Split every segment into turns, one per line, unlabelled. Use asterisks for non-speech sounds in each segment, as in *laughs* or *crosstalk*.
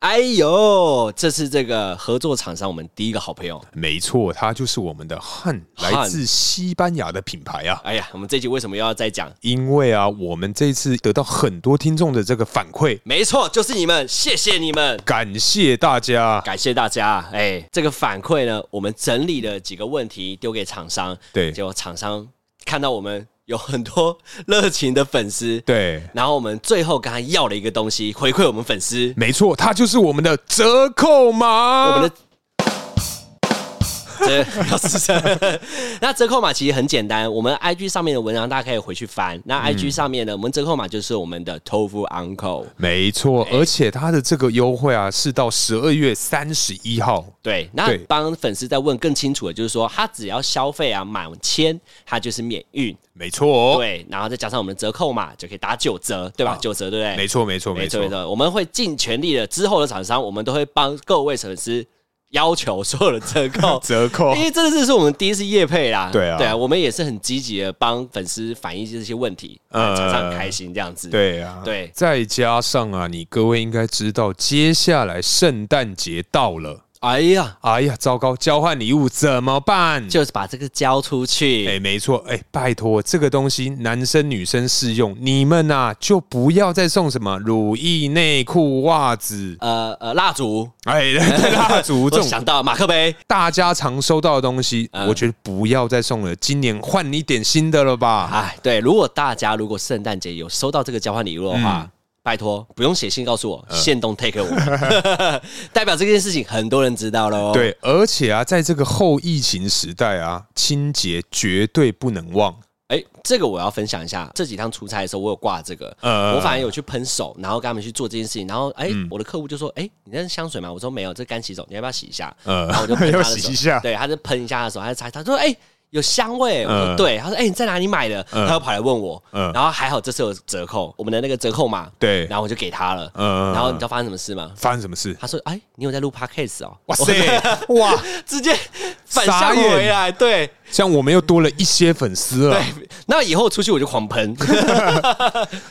哎呦，这是这个合作厂商我们第一个好朋友。
没错，它就是我们的汉，
汉
来自西班牙的品牌啊。
哎呀，我们这集为什么又要再讲？
因为啊，我们这次得到很多听众的这个反馈，
没错，就是你们，谢谢你们。
感谢大家。
感谢大家！哎，这个反馈呢，我们整理了几个问题丢给厂商，
对
结果厂商看到我们有很多热情的粉丝，，
对，
然后我们最后跟他要了一个东西回馈我们粉丝，
没错，它就是我们的折扣码。
我们的。 *laughs* 这 *laughs* 要失声。那折扣码其实很简单，我们 IG 上面的文章大家可以回去翻。
嗯
那 IG 上面呢，我们折扣码就是我们的 Tofu Uncle。
没错，
哎
而且它的这个优惠啊，是到十二月三十一号。
对，那
对
帮粉丝再问更清楚的，就是说他只要消费啊满千，他就是免运。
没错哦，啊
对，然后再加上我们的折扣码，就可以打九折，对吧？九折，对不对？
没错，没错，
没
没
错，没。
错。
错。我们会尽全力的，之后的厂商我们都会帮各位粉丝要求所有的折扣
*laughs* 折扣
因为这次是我们第一次夜配啦，
哦对啊
对啊，我们也是很积极的帮粉丝反映这些问题，
呃
呃，厂商很开心这样子，，
对啊，
对
再加上啊，你各位应该知道，接下来圣诞节到了，
哎呀，
哎呀，糟糕，交换礼物怎么办？
就是把这个交出
哎、
去，
没错，哎、拜托，这个东西男生女生适用，你们呐、就不要再送什么乳液、内裤、袜子，
呃呃，蜡烛， *laughs*
哎、蜡烛这
我
种
想嗯到马克杯，
大家常收到的东西，我觉得不要再送了。今年换你点新的了吧？
哎，对，如果大家如果圣诞节有收到这个交换礼物的话，
嗯
拜托不用写信告诉我，现动 take 我， *laughs* 代表这件事情很多人知道喽。，
对，而且啊，在这个后疫情时代啊，清洁绝对不能忘。
哎，这个我要分享一下，这几趟出差的时候我有挂这个，
呃
我反而有去喷手，然后跟他们去做这件事情，然后哎，
嗯
我的客户就说，哎，你那是香水吗？我说没有，这干洗手，你要不要洗一下？
呃
然后我
*laughs*
就喷他的
要洗
手
一下
对，他就喷一下他的手，他就猜，他说，哎。有香味，我说
呃
对，他说：“哎、你在哪里买的？”
嗯
他又跑来问我，
呃
然后还好这次有折扣，我们的那个折扣码，
对
然后我就给他了，
呃
然后你知道发生什么事吗？
发生什么
*laughs*
事？
他说：“哎，你有在录 podcast 哦？”
哇塞，哇，
*laughs* 直接反向回来，对
像我们又多了一些粉丝了
对。。那以后出去我就狂喷，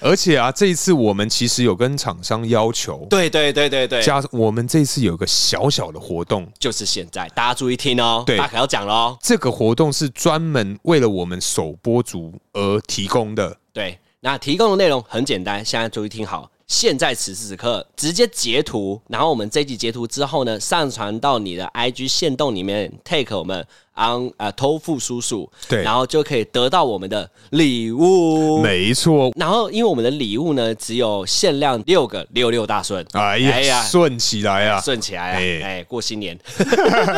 而且啊，这一次我们其实有跟厂商要求，
对对对对对，
加我们这次有个小小的活动。
就是现在，大家注意听哦，
对
大可要讲喽，
这个活动是专门为了我们首播族而提供的，
对。那提供的内容很简单，现在注意听好。现在此时此刻，直接截图，然后我们这一集截图之后呢，上传到你的 IG 线动里面，take 我们 on 啊、偷富叔叔，
对
然后就可以得到我们的礼物。
没错。
然后，因为我们的礼物呢，只有限量六个，六六大顺，
哎
哎呀
呀，顺起来啊！
顺起来啊！哎、
哎
过新年， *laughs*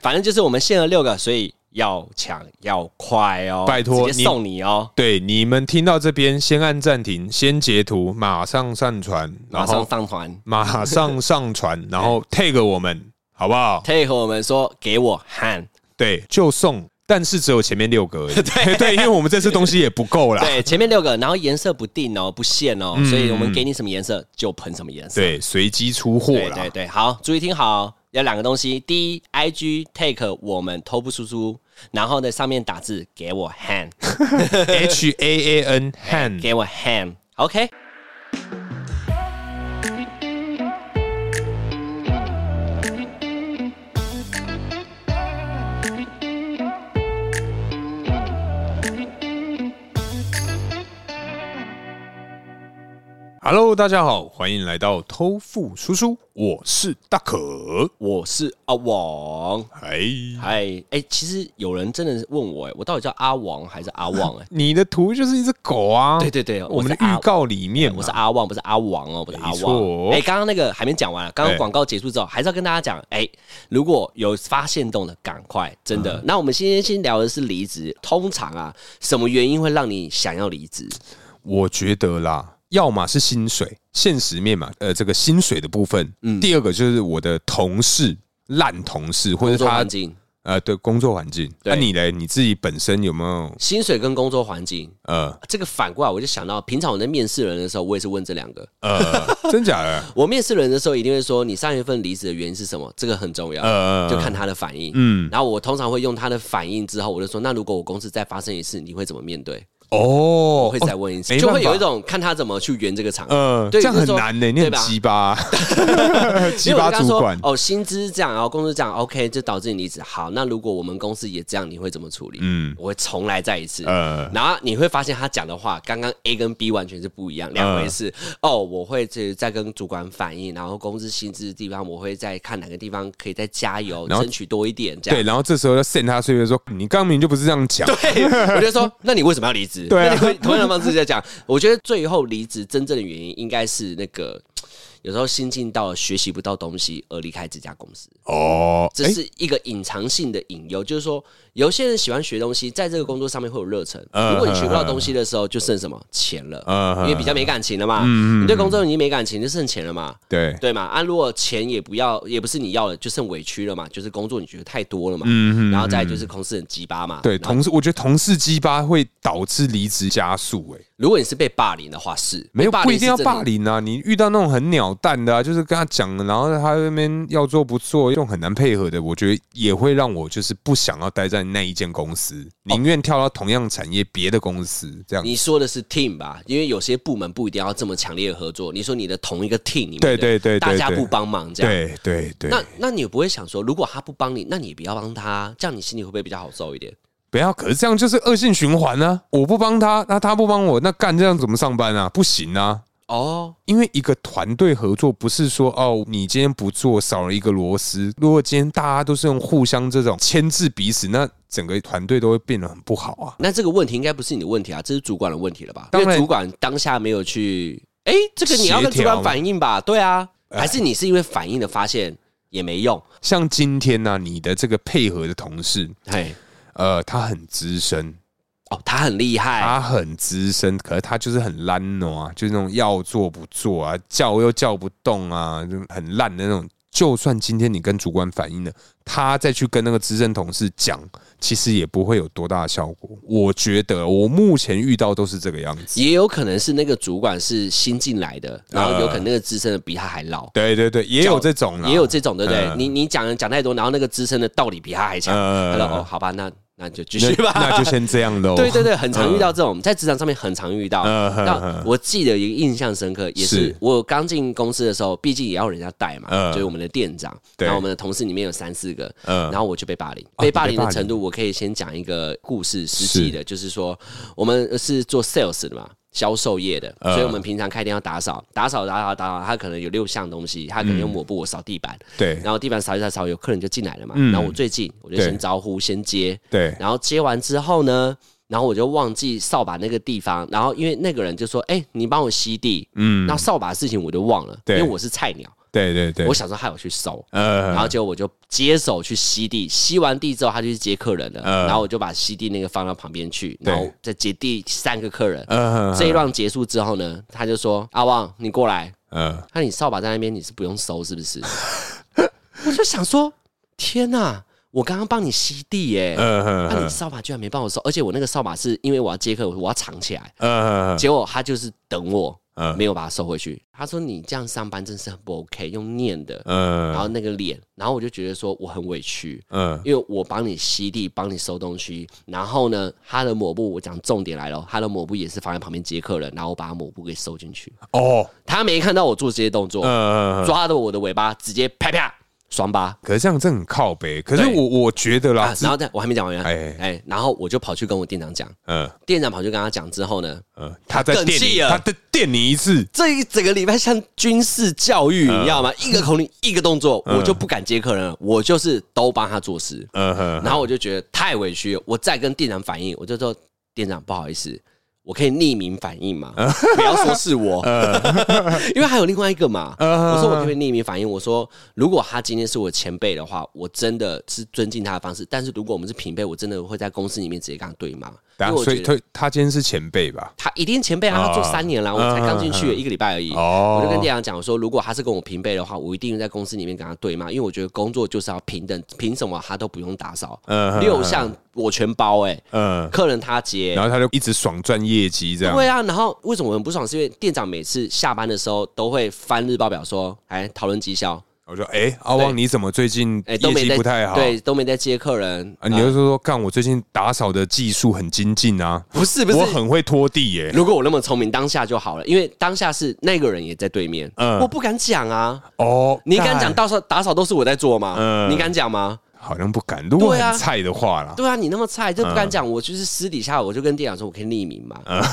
反正就是我们限额六个，所以要抢要快哦，
拜托
直接送你哦。
对，你们听到这边先按暂停，先截图，马上上传，
马
然
上
后
上团，
马上上传，然后 tag 我们，好不好？
可以和我们说给我
*laughs*
汗。
对，就送，但是只有前面六个而已。对 *laughs* 对，因为我们这次东西也不够啦。
对，前面六个，然后颜色不定哦，不限哦，
嗯
所以我们给你什么颜色就喷什么颜色。
对，随机出货
对
啦
对。对，好，注意听好哦，有两个东西，第一，IG take 我们偷不叔叔，然后在上面打字给我汗。
H A A N
*laughs*
hand，
给我 ham。OK。
Hello，大家好，欢迎来到偷富叔叔，我是大可。
我是阿王，
哎，，
嗨，哎、其实有人真的是问我、哎，我到底叫阿王还是阿旺、哎
*laughs* 你的图就是一只狗啊！
对对对，
我们的
是阿
预，告里面嘛，
我是啊阿旺，不是阿王哦，不是阿
没
旺。
错
哎、刚刚那个还没讲完、啊，刚刚
哎
广告结束之后，还是要跟大家讲，哎、如果有发现动的，赶快，真
嗯
的。那我们今天先聊的是离职，通常啊，什么原因会让你想要离职？
我觉得啦，要么是薪水，现实面嘛，呃，这个薪水的部分。
嗯
第二个就是我的同事，烂同事，或
工
者
作
他
环境、
呃，对工作环境。
对
那、你嘞，你自己本身有没有
薪水跟工作环境，
呃
这个反过来我就想到，平常我在面试人的时候，我也是问这两个。
呃，
*laughs*
真假的？
我面试人的时候一定会说你上一份离职的原因是什么，这个很重要，
呃，
就看他的反应。
嗯
然后我通常会用他的反应之后，我就说，那如果我公司再发生一次，你会怎么面对？
哦，
会再问一次，
哦没办
就
法
会有一种看他怎么去圆这个场。
呃，
对
这样很
那时候
难呢、你
对
很
吧
鸡巴，
*laughs*
鸡
因为我
巴
就跟他
主
说
管，
哦，薪资这样，然后工资这样，OK，就导致你离职。好，那如果我们公司也这样，你会怎么处理？
嗯，
我会重来再一次。
呃，
然后你会发现他讲的话，刚刚 A 跟 B 完全是不一样，
呃
两回事。哦，我会这再跟主管反映，然后工资薪资的地方，我会再看哪个地方可以再加油，
然后
争取多一点这
对，
样。
然后这时候要 send 他碎片说，你刚明明就不是这样讲，
对， *laughs* 我就说，那你为什么要离职？
对啊
那你会同样的方式在讲。我觉得最后离职真正的原因应该是那个，有时候新进到了学习不到东西而离开这家公司。
哦，
*laughs* 这是一个隐藏性的隐忧，就是说，有些人喜欢学东西，在这个工作上面会有热忱。
嗯
如果你学不到东西的时候，就剩什么钱了，
嗯
因为比较没感情了嘛。你对工作已经没感情，就剩钱了嘛，
对，
对嘛？啊，如果钱也不要，也不是你要的，就剩委屈了嘛，就是工作你觉得太多
嗯
了嘛。然后再来就是同事很鸡巴嘛。
对，
然后
同事，我觉得同事鸡巴会导致离职加速、欸，
如果你是被霸凌的话，是
没有
被
不一定要
是真的
霸凌啊，你遇到那种很鸟蛋的啊，就是跟他讲了，然后他那边要做不做，这种很难配合的，我觉得也会让我就是不想要待在那一间公司，宁愿跳到同样产业别的公司这
哦
样。
你说的是 team 吧？因为有些部门不一定要这么强烈的合作。你说你的同一个 team 里面的，
对对对对
大家
对
不帮忙这样，
对对对，
那那你也不会想说，如果他不帮你，那你也不要帮他，这样你心里会不会比较好受一点？
不要，可是这样就是恶性循环啊！我不帮他，那他不帮我，那干这样怎么上班啊？不行啊！
哦，
因为一个团队合作不是说哦，你今天不做少了一个螺丝。如果今天大家都是用互相这种牵制彼此，那整个团队都会变得很不好啊。
那这个问题应该不是你的问题啊，这是主管的问题了吧？
当
因
然
为主管当下没有去，哎、这个你要跟主
协调
管反映
哎
吧？对啊，还是你是因为反应的发现也没用？
像今天呢、你的这个配合的同事，
哎，
呃，他很资深，
哦，他很厉害，
他很资深，可是他就是很懒惰啊，就是那种要做不做啊，叫又叫不动啊，就很烂的那种。就算今天你跟主管反映了，他再去跟那个资深同事讲，其实也不会有多大的效果。我觉得我目前遇到都是这个样子。
也有可能是那个主管是新进来的，
嗯
然后有可能那个资深的比他还老。
对对对，也有这种啦，
也有这种，对不对？
嗯
你你讲讲太多，然后那个资深的道理比他还强，
嗯
他说：“哦，好吧，那那就继
那
续吧。”
那就先这样喽。
对对对，很常遇到这种，在职场上面很常遇到。
哦嗯哼
那我记得有一个印象深刻，也是
是
我刚进公司的时候，毕竟也要人家带嘛，
嗯
就是我们的店长，
对
然后我们的同事里面有三四个，
嗯
然后我就被霸凌，
你被
被霸凌
霸
的
凌
程度，我可以先讲一个故事，实际的，就是说我们是做 sales 的嘛。销售业的，
嗯
所以我们平常开店要打扫，打扫打扫打扫，他可能有六项东西，他可能用抹布我扫地板，
嗯对
然后地板扫一扫扫，有客人就进来了嘛，
嗯
然后我最近我就
对
先招呼先接，
对，
然后接完之后呢，然后我就忘记扫把那个地方，然后因为那个人就说：“哎、你帮我吸地。”
嗯，
那扫把的事情我就忘了，因为
对
我是菜鸟，
对对对
我，想说害我去收，然
呃
后结果我就接手去吸地，吸完地之后他就去接客人了，
嗯
然后我就把吸地那个放到旁边去，
对
然后再接第三个客人。
呃
这一段结束之后呢，他就说：“阿旺，你过来，
呃，
那你扫把在那边，你是不用收是不是？”我就想说，天哪、我刚刚帮你吸地耶、
呃
那、你扫把居然没帮我收，而且我那个扫把是因为我要接客，我要藏起来，
呃
结果他就是等我，
嗯
没有把它收回去。他说你这样上班真是很不 OK，用念的，然
呃
后那个脸，然后我就觉得说我很委屈。
呃，
因为我帮你吸地，帮你收东西，然后呢，他的抹布，我讲重点来了，他的抹布也是放在旁边接客人，然后我把他抹布给收进去，
哦，
他没看到我做这些动作，
呃。
抓着我的尾巴直接啪啪双巴，
可是这样真的很靠北。可是
对
我我觉得啦
啊，然后再我还没讲完啊，
哎
哎哎，然后我就跑去跟我店长讲，
嗯
店长跑去跟他讲之后呢，
嗯，他再
更
电
气
你，
了
他再电你一次，
这一整个礼拜像军事教育，你知道
嗯
吗？一个
*laughs*
口令一个动作，我就不敢接客人了，我就是都帮他做事。
嗯哼，
然后我就觉得太委屈了，我再跟店长反映，我就说店长不好意思，我可以匿名反映嘛，
嗯
不要说是
*laughs*
我， *laughs* 因为还有另外一个嘛。
嗯
我说我可不可以匿名反映，我说如果他今天是我前辈的话，我真的是尊敬他的方式，但是如果我们是平辈，我真的会在公司里面直接跟他对骂，因
然
为
后
我
啊所
觉
以
得。
他他今天是前辈吧？
他一定前辈啊，他做三年了，我才刚进去一个礼拜而已。
嗯哦
我就跟店长讲，我说如果他是跟我平辈的话，我一定在公司里面跟他对骂，因为我觉得工作就是要平等，凭什么他都不用打扫？
嗯
六项我全包哎、
嗯，
客人他结
然。后他就一直爽赚业绩这样。
对啊，然后为什么我很不爽？是因为店长每次下班的时候都会翻日报表说，哎，讨论绩效，
我就哎，阿旺你怎么最近
哎、
业
都没
绩
在
不太好？
对，都没在接客人。
啊，你就说说看，我最近打扫的技术很精进啊，
不是不是
我很会拖地耶。
如果我那么聪明，当下就好了，因为当下是那个人也在对面，
嗯
我不敢讲啊。
哦，
你敢讲？打扫打扫都是我在做吗？
嗯
你敢讲吗？
好像不敢。如果
对啊
很菜的话啦，
对啊，你那么菜就不敢讲。我就是私底下我就跟店长说，我可以匿名嘛，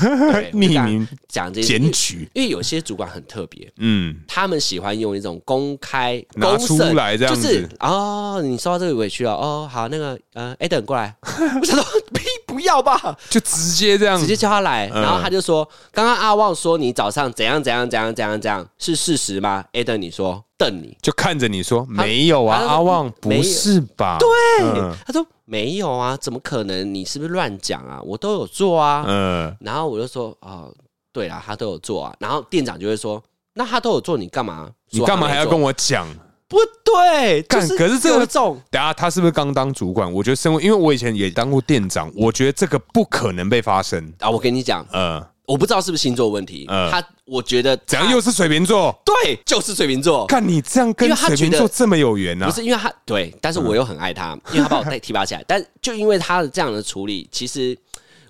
对我就
嗯匿名
讲这些
检举，
因为有些主管很特别，
嗯，
他们喜欢用一种公开
拿
公审
出来这样子
就是哦，你受到这个委屈了，哦，好，那个呃，Adam 过
*laughs*
来，我想说 *laughs* 呸，不要吧，
就直接这样，
直接叫他来，
嗯
然后他就说，刚刚阿旺说你早上怎样怎样怎样怎样怎样是事实吗？Adam 你说瞪你，
就看着你说没有啊，
他说
阿旺
没有
不是吧？嗯
对，哎他说没有啊，怎么可能？你是不是乱讲啊？我都有做啊，
嗯，
然后我就说哦，对啦，他都有做啊，然后店长就会说，那他都有做，你干嘛？
你干嘛还要跟
我？
我讲？
不对，就
干
是
可是这个
有一种。
等下他是不是刚当主管？我觉得身为，因为我以前也当过店长，我觉得这个不可能被发生。
啊，我跟你讲，
呃，
我不知道是不是星座问题，
嗯
他我觉得
怎
他
样又是水瓶座？
对，就是水瓶座，
看你这样
因
跟
为他
水瓶
觉得
座这么有缘啊呐、
不是因为他对，但是
嗯
我又很爱他，因为他把我带 *laughs* 提拔起来，但就因为他的这样的处理，其实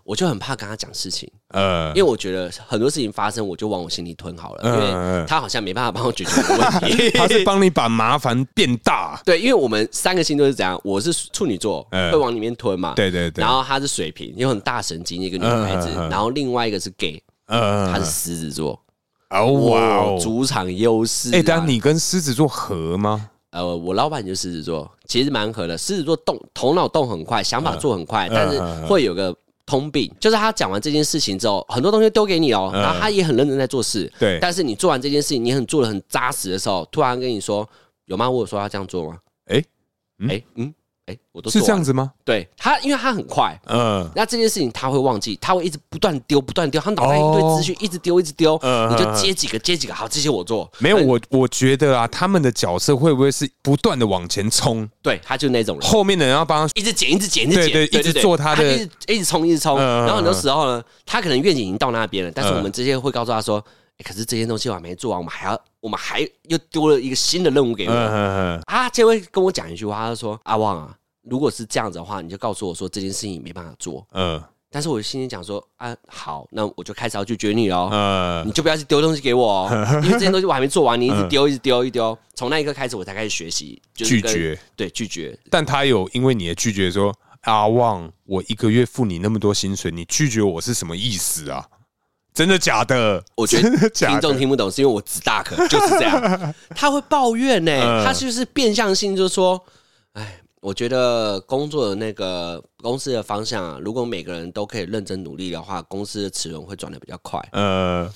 我就很怕跟他讲事情，
呃
因，为我觉得很多事情发生，我就往我心里吞好了，
嗯
因为他好像没办法帮我解决我的问题。
*laughs* 他是帮你把麻烦变大。
对，因为我们三个星座是怎样？我是处女座，
嗯
会往里面吞嘛。
对对对
然，后他是水瓶，有很大神经一个女孩子
嗯嗯，嗯
然后另外一个是 gay，
呃
他是狮子座。
哦哇
哇，
哦，
主场优势啊。
哎，等下你跟狮子座合吗？
呃，我老板就是狮子座，其实蛮合的。狮子座动头脑动很快，想法做很快，
嗯
但是会有个通病，就是他讲完这件事情之后，很多东西丢给你哦，
嗯
然后他也很认真在做事，
对
但是你做完这件事情，你很做的很扎实的时候，突然跟你说，有吗？我有说他这样做吗？
哎嗯
哎嗯哎，我都
是
做
这样
完了，
子吗？
对他，因为他很快。
嗯，
那这件事情他会忘记，他会一直不断丢，不断丢，他脑袋一堆资讯，一直丢，一直丢，
哦嗯嗯
你就
嗯
接几个，接几个，好，这些我做，呃
没有，我我觉得啊，他们的角色会不会是不断的往前冲，
对，他就那种人。
后面的人要帮他？
一直剪，一直剪，一直剪，
对对一直做他的
一直一直冲，一直冲。
嗯嗯
然后很多时候呢，他可能愿景已经到那边了，但是
嗯
我们这些会告诉他说，诶可是这些东西我还没做完，我们还要，我们还又丢了一个新的任务给
嗯
我。
嗯
啊，就会跟我讲一句话，他就说：“阿旺啊，如果是这样子的话，你就告诉我说这件事情没办法做。
嗯”
但是我心里讲说：“啊，好，那我就开始要拒绝你哦，
嗯
你就不要去丢东西给我
*laughs*
哦，因为这些东西我还没做完，你一直丢，一直丢，一直丢。从那一刻开始，我才开始学习就是
拒
跟
绝，
对拒绝，
但他有因为你的拒绝说：“阿旺，我一个月付你那么多薪水，你拒绝我是什么意思啊？真的假的？ *laughs*
我觉
真
得
的
听
假
众
的？
听不懂，是因为我只大可就是这
*laughs*
样，他会抱怨呢、
嗯
他就是变相性就是说，哎，我觉得工作的那个公司的方向啊，如果每个人都可以认真努力的话，公司的齿轮会转的比较快，
呃，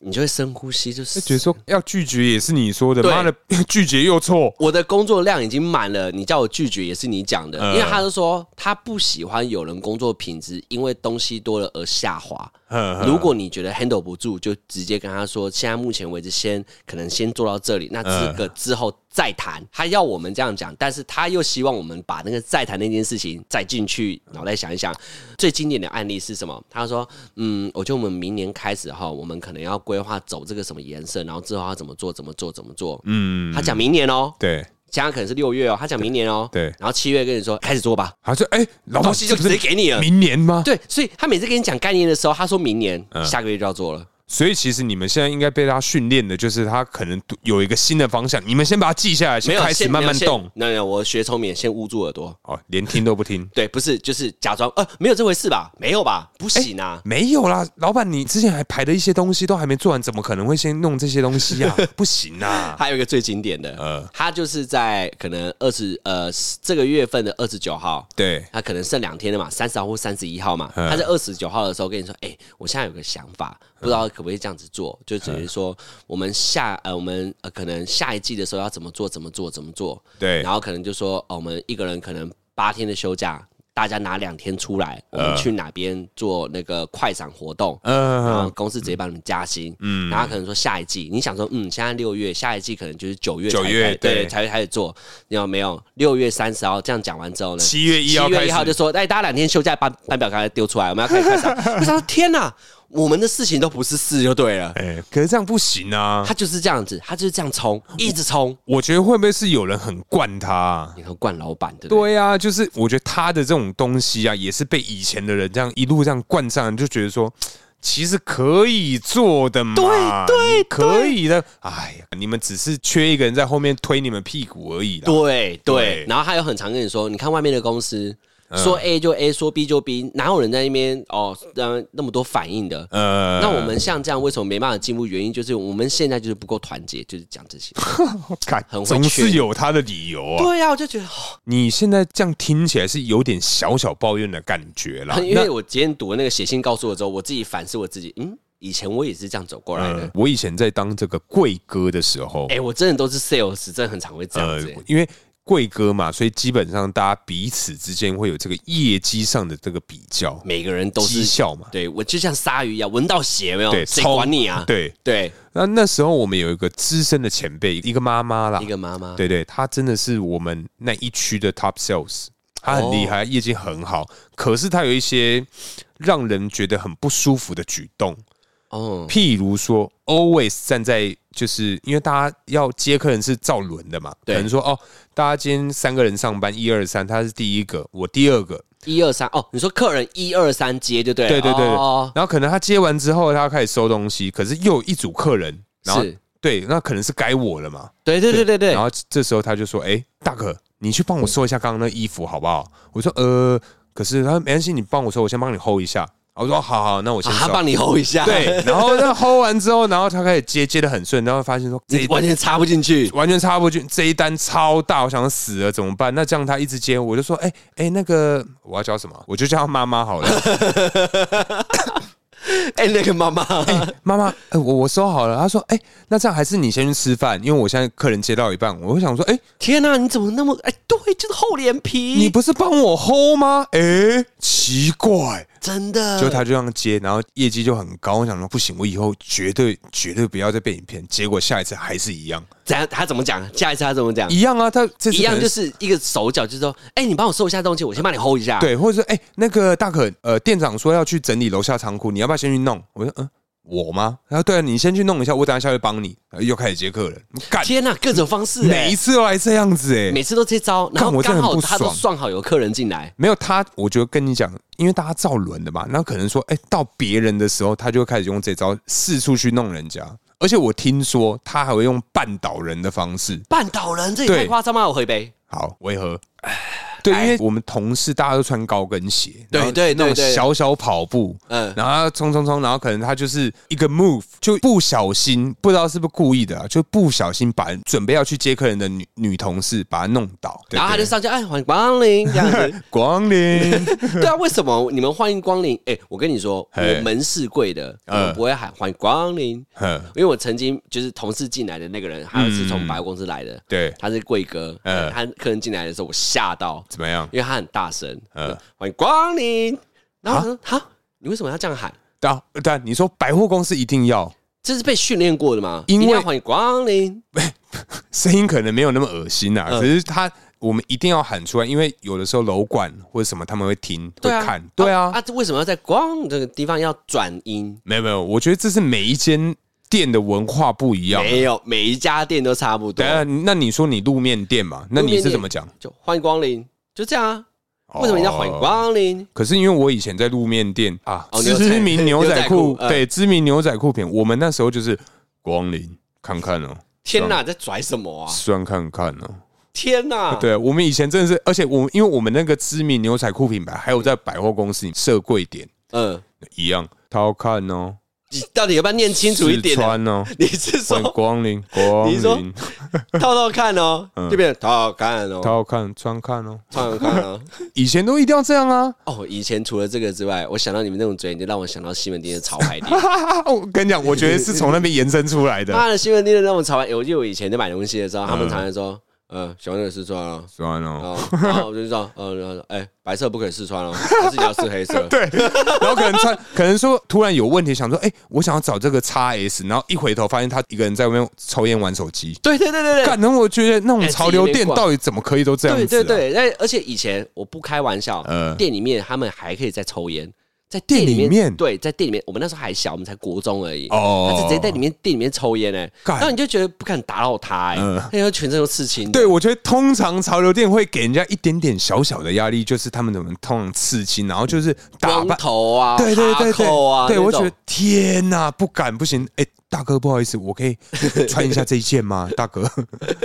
你就会深呼吸，就
就哎觉
是。
得说要拒绝也是你说的，
对
妈的 *laughs* 拒绝又错，
我的工作量已经满了，你叫我拒绝也是你讲的，
嗯
因为他就说他不喜欢有人工作品质因为东西多了而下滑。
呵呵
如果你觉得 handle 不住，就直接跟他说，现在目前为止先可能先做到这里，那
嗯
这个之后再谈。他要我们这样讲，但是他又希望我们把那个再谈那件事情再进去脑袋想一想。最经典的案例是什么？他说，嗯，我觉得我们明年开始哈，我们可能要规划走这个什么颜色，然后之后要怎么做，怎么做，怎么做。
嗯，
他讲明年哦，
对
讲可能是六月哦，他讲明年哦，
对对
然后七月跟你说开始做吧，
他说：“哎，老板，
东西就
这不
直
是
接给你了。
明年吗？”
对，所以他每次跟你讲概念的时候，他说明年、
嗯
下个月就要做了。
所以其实你们现在应该被他训练的，就是他可能有一个新的方向，你们先把它记下来，
没
先
有
开始
先
慢慢
没有
动
先。没有没有，我学聪明，先捂住耳朵。
哦，连听都不听，
对，不是，就是假装呃没有这回事吧？没有吧？不行啊！
没有啦，老板，你之前还排的一些东西都还没做完，怎么可能会先弄这些东西啊？不行啊！
还有一个最经典的，
呃
他就是在可能二十呃这个月份的二十九号，
对，
他可能剩两天了嘛，三十号或三十一号嘛，
嗯
他在二十九号的时候跟你说，哎、我现在有个想法，不知道可不可以这样子做，
嗯
就等于说我们下呃我们呃可能下一季的时候要怎么做怎么做怎么做，
对
然后可能就说、哦我们一个人可能八天的休假，大家拿两天出来，我们去哪边做那个快闪活动。然后
嗯，
公司直接帮你们加薪，嗯，
嗯
然后可能说下一季，你想说，嗯，现在六月，下一季可能就是九月才开，
九月
对，
对
才会开始做，你有没有？六月三十号这样讲完之后呢，
七月
七
一号
月
开
一号就
始， *laughs*
说，哎，大家两天休假，班班表赶快丢出来，我们要开始开始。我想说，天哪，我们的事情都不是事就对了。
哎、可是这样不行啊！
他就是这样子，他就是这样冲，一直冲。
我觉得会不会是有人很惯他啊、
你看惯老板对不对？
对啊，就是我觉得他的这种东西啊，也是被以前的人这样一路这样灌上，就觉得说其实可以做的嘛，
对对
你可以的。哎呀，你们只是缺一个人在后面推你们屁股而已啦。
对对
对，嗯
然后他有很常跟你说，你看外面的公司。说 A 就 A，说 B 就 B，哪有人在那边哦，呃，那么多反应的？
呃，
那我们像这样为什么没办法进步？原因就是我们现在就是不够团结，就是讲这些。
看
哦很会
总
劝
是有他的理由啊。
对呀、我就觉得，哦
你现在这样听起来是有点小小抱怨的感觉啦。
因
那
为我今天读了那个写信告诉我之后，我自己反思我自己，嗯，以前我也是这样走过来的。
呃，我以前在当这个贵哥的时候，
哎、我真的都是 sales，真的很常会这样
呃
子、欸，
因为贵哥嘛，所以基本上大家彼此之间会有这个业绩上的这个比较、
每个人都
绩
是，
效嘛。
对我就像鲨鱼一样，闻到血有没有？
对，
谁
超
管你啊？
对，
对，
那那时候我们有一个资深的前辈，一个妈妈啦
一，个妈妈，
啊对对，她真的是我们那一区的 top sales，她很厉害，
哦
业绩很好，可是她有一些让人觉得很不舒服的举动。
哦，
譬如说，always 站在就是因为大家要接客人是照轮的嘛，可
对
能说哦，大家今天三个人上班，一二三，他是第一个，我第二个，
一二三，哦，你说客人一二三接就对了，
对对对对，
哦，
然后可能他接完之后，他开始收东西，可是又有一组客人，然后
是
对，那可能是该我了嘛，
对对对对对啊
然，后这时候他就说，哎、大哥，你去帮我收一下刚刚那衣服好不好？我说呃，可是他说没关系，你帮我收，我先帮你 hold 一下。我说好好，那我先
啊
收。
他帮你吼一下，
对，然后那 hold 完之后，然后他开始接接的很顺，然后发现说这
你
一
完全插不进
*laughs*
去，
完全插不进，这一单超大，我想死了怎么办？那这样他一直接，我就说，哎、哎、那个我要叫什么？我就叫他妈妈好了，
哎、那个妈妈，
妈妈，哎、我我收好了。他说，哎、那这样还是你先去吃饭，因为我现在客人接到一半，我会想说，哎、
天哪、你怎么那么哎、对，就是厚脸皮，
你不是帮我 hold 吗？哎、奇怪，
真的
就他就这样接，然后业绩就很高。我想说，不行，我以后绝对绝对不要再被你骗。结果下一次还是一样，
怎样？他怎么讲？下一次他怎么讲？
一样啊，他这次
嗯一样
可
就
能
是一个手脚，就是说，哎、你帮我收一下东西，我先帮你 hold 一下。，
对，或者说，哎、那个大可，呃，店长说要去整理楼下仓库，你要不要先去弄？我说，嗯，我吗？他说，对啊，你先去弄一下，我等一下下去帮你。然后又开始接客人，干，
天哪、各种方式、
每一
哎，
次都来这样子、哎，
每次都这招，然后
我真
刚
的很
好
不
他都
爽
算好有客人进来，
没有他，我觉得跟你讲，因为大家造轮的嘛，那可能说，哎、到别人的时候，他就会开始用这招四处去弄人家。而且我听说他还会用绊倒人的方式。
绊倒人，这也
对
太夸张了，我喝一杯。
好，为何？对，因为我们同事大家都穿高跟鞋，然后
对对对
那种
对
小小跑步，
嗯
嗯，然后他冲冲冲，然后可能他就是一个 move，就不小心，不知道是不是故意的、啊，就不小心把准备要去接客人的女女同事把她弄倒，对
然后他
对
就上去，哎，欢迎光临这样
*laughs*
子。
光临， *laughs*
对啊，为什么你们欢迎光临？哎、我跟你说，
嘿
我门市柜的，我们
嗯
不会喊欢迎光临，
哼
因为我曾经就是同事进来的那个人，他是从百货公司来的，
对，
他是贵哥，哎
嗯
他客人进来的时候，我吓到，
怎么样？
因为他很大声，
嗯
欢迎光临。然后我说：“哈，你为什么要这样喊？
但但啊你说百货公司一定要
这是被训练过的吗？
因为
一定要欢迎光临。
声音可能没有那么恶心啊，
嗯
可是他我们一定要喊出来，因为有的时候楼管或者什么他们会听会
对啊，
看，对啊，
啊，这为什么要在光这个地方要转音？
没有没有，我觉得这是每一间店的文化不一样。
没有，每一家店都差不多
等一。下，那你说你路面店嘛？那你是怎么讲？
就欢迎光临，就这样啊。为什么一定要欢迎
哦？
光临？
可是因为我以前在路面店啊，
哦牛仔
知名牛仔
牛
裤
仔裤，嗯
对，知名牛仔裤品，我们那时候就是光临看看哦，
天哪，在拽什么啊？
算看看哦。
天哪！
对，我们以前真的是，而且我因为我们那个知名牛仔裤品牌，还有在百货公司里设柜点
嗯，
一样，他要看哦，
你到底要不要念清楚一点
试
呢？
穿哦，
你是
欢
说
迎光临，光
你说
临，
套套看哦，
嗯
这边套套看
他
哦，
要看穿看哦，
套套看哦。
*laughs*
*laughs*
以前都一定要这样啊。
哦，以前除了这个之外，我想到你们那种嘴脸，就让我想到西门町的潮牌店。
*laughs* 我跟你讲，我觉得是从那边延伸出来 *laughs* 的。
妈的，西门町的那种潮牌，我记得我以前在买东西的
嗯
时候，他们常常说，呃，喜欢这个试穿哦。
算了，。
哦，然后我就说，呃，然后说哎，白色不可以试穿哦，还是你要试黑色
对，然后可能穿，可能说突然有问题，想说，哎、我想要找这个 x S，然后一回头发现他一个人在外面抽烟玩手机。
*laughs* 对对对对对。
干，然后我觉得那种
哎
潮流
自己
店
没逛
到底怎么可以都这样
对
子、
对
啊？
对，而而且以前我不开玩笑，
嗯
店里面他们还可以再抽烟，在
店
店里
里面
对，在店里面，我们那时候还小，我们才国中而已。
哦
他是直接在里面店里面抽烟哎，
干
然后你就觉得不敢打扰他哎、
嗯
欸，他、全身都刺青的。
对，我觉得通常潮流店会给人家一点点小小的压力，就是他们怎么通常刺青，然后就是打
光
扮，
头啊，
对对
哈
对
扣
对，
啊，
对
那
我觉
种
得天哪、不敢不行，哎、大哥不好意思，我可以穿一下这一件 *laughs* 吗？大哥，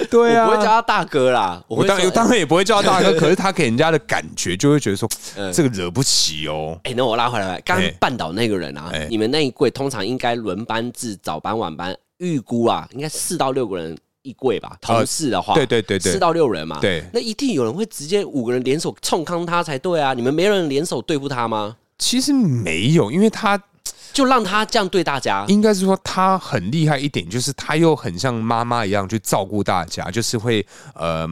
对
我不会叫
啊。
他大哥啦，我
我
会
当
说
当然也不会叫他大 *laughs* 哥，可是他给人家的感觉就会觉得说，
嗯
这个惹不起哦。
哎、那我拉回来，刚刚
哎
绊倒那个人啊，
哎
你们那一柜通常应该轮班制，早班晚班，预估啊，应该四到六个人一柜吧，同事的话，
呃对对对对
四到六人嘛，
对
那一定有人会直接五个人联手冲康他才对啊，你们没人联手对付他吗？
其实没有，因为他
就让他这样对大家，
应该是说他很厉害一点，就是他又很像妈妈一样去照顾大家，就是会呃，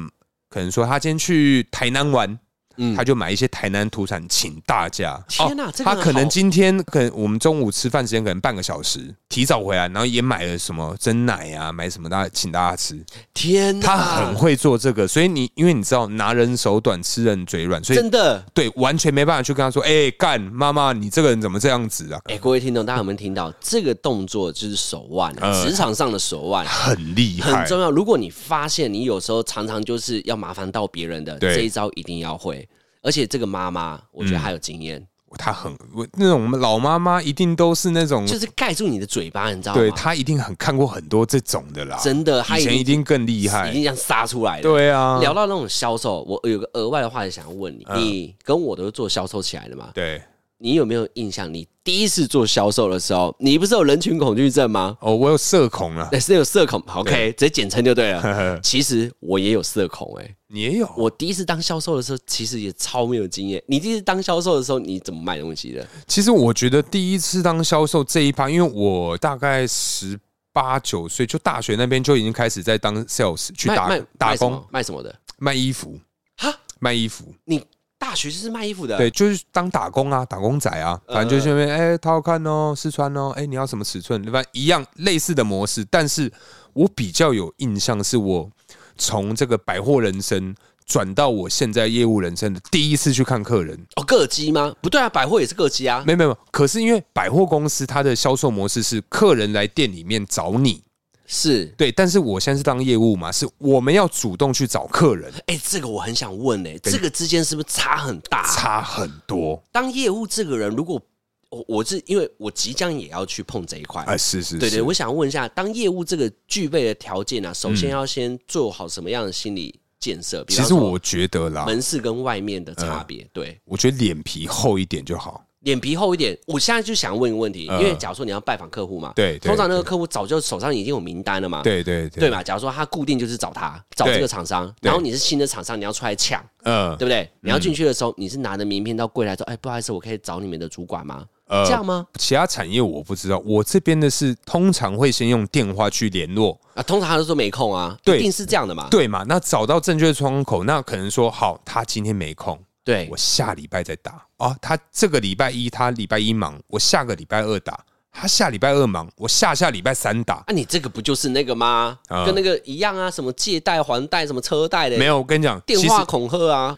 可能说他今天去台南玩。
嗯
他就买一些台南土产请大家。哦
天哪这个
他
很
可能
好
今天可能我们中午吃饭时间可能半个小时，提早回来，然后也买了什么蒸奶啊，买什么大家请大家吃。
天哪，
他很会做这个，所以你因为你知道拿人手短，吃人嘴软，所以
真的。
对完全没办法去跟他说，哎、干妈妈，你这个人怎么这样子啊？
哎、各位听众，大家有没有听到这个动作？就是手腕啊，
呃
职、场上的手腕，啊
很厉害，
很重要。如果你发现你有时候常常就是要麻烦到别人的，
对嗯
这一招一定要会。而且这个妈妈，我觉得她有经验，
他很我那种老妈妈一定都是那种，
就是盖住你的嘴巴，你知道吗？
嗯对她一定很看过很多这种的啦。
真的，她
以
已
前
经
一定更厉
已
害
经，这样杀出来了。、
对啊，嗯
聊到那种销售，我有个额外的话题想要问你，你跟我都是做销售起来的嘛？
对
你有没有印象？你第一次做销售的时候，你不是有人群恐惧症吗？
哦，我有社恐啊，
那是有社恐好，OK，直接简称就对
呵 *laughs*
了。
呵
其实我也有社恐、哎。
你也有，
我第一次当销售的时候，其实也超没有经验。你第一次当销售的时候，你怎么卖东西的？
其实我觉得第一次当销售这一趴，因为我大概十八九岁，就大学那边就已经开始在当 sales 去
卖
打
卖
打
卖什
工
么？卖什么的？
卖衣服
哈，
卖衣服，
你大学就是卖衣服的？嗯
对，就是当打工啊，打工仔啊，反正就是那边哎，它好看哦，试穿哦，哎，你要什么尺寸，反正一样类似的模式。但是我比较有印象，是我从这个百货人生转到我现在业务人生的第一次去看客人。
哦，个机吗？不对啊，百货也是个机啊。
没有没有，没有可是因为百货公司它的销售模式是客人来店里面找你，
是，
对。但是我现在是当业务嘛，是我们要主动去找客人，
哎、这个我很想问哎、这个之间是不是差很大啊、
差很多。
当业务这个人，如果我我是因为我即将也要去碰这一块。
哎，是是，
对对，
是
我想问一下，当业务这个具备的条件啊，首先要先做好什么样的心理建设？比
嗯其
方
实
说
我嗯觉得啦，
门市跟外面的差别，对，
我觉得脸皮厚一点就好。
脸皮厚一点。我现在就想问一个问题，
嗯
因为假如说你要拜访客户嘛，
对对
通常那个客户早就手上已经有名单了嘛，
对对
对，嘛？假如说他固定就是找他，找
对
这个厂商，
对
然后你是新的厂商，你要出来抢，
嗯
对不对？你要进去的时候，你是拿着名片到柜台说：“哎，不好意思，我可以找你们的主管吗？”
呃
这样吗？
其他产业我不知道，我这边的是通常会先用电话去联络，
啊，通常他都说没空啊，
对
一定是这样的嘛？
对嘛？那找到正确的窗口，那可能说好，他今天没空，
对
我下礼拜再打啊。他这个礼拜一他礼拜一忙，我下个礼拜二打；他下礼拜二忙，我下下礼拜三打。
啊，你这个不就是那个吗？
嗯
跟那个一样啊，什么借贷还贷，什么车贷的，
没有，我跟你讲，
电话恐吓啊，
其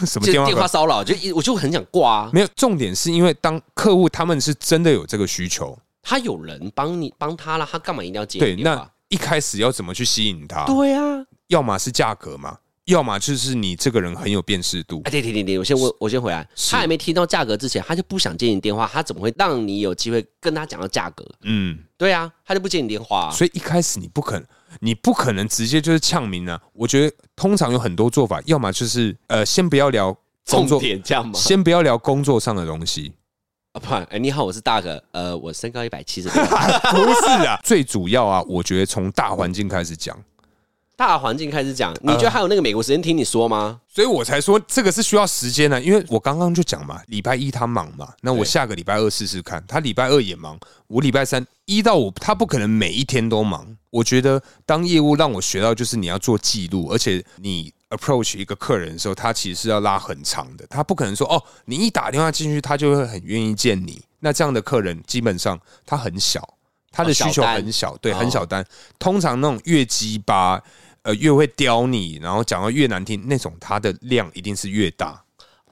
实 *laughs* 什么
就
电话
电话骚扰，就一我就很想挂啊。
没有。重点是因为当客户他们是真的有这个需求，
他有人帮你帮他了，他干嘛一定要接
对，
你电
那
话？
一开始要怎么去吸引他？
对啊，
要么是价格嘛，要么就是你这个人很有辨识度
哎，。停停停停，我先问，我先回来。他还没听到价格之前，他就不想接你电话，他怎么会让你有机会跟他讲到价格？
嗯，
对啊，他就不接你电话啊、
所以一开始你不可能，你不可能直接就是呛民啊。我觉得通常有很多做法，要么就是呃，先不要聊工
重
作，
点这样吗？
先不要聊工作上的东西，
啊，不然，哎，你好，我是大哥，呃，我身高一百七十，
*laughs* 不是啊。最主要啊，我觉得从大环境开始讲，
大环境开始讲，你
嗯
觉得还有那个美国时间听你说吗？
所以我才说这个是需要时间的、因为我刚刚就讲嘛，礼拜一他忙嘛，那我
对
下个礼拜二试试看，他礼拜二也忙，我礼拜三一到五他不可能每一天都忙。我觉得当业务让我学到就是你要做记录，而且你 approach 一个客人的时候，他其实是要拉很长的，他不可能说哦，你一打电话进去，他就会很愿意见你。那这样的客人基本上他很小，他的
哦小
需求
单
很小，对，
哦
很小单。通常那种越鸡巴，呃，越会刁你，然后讲到越难听那种，它的量一定是越大。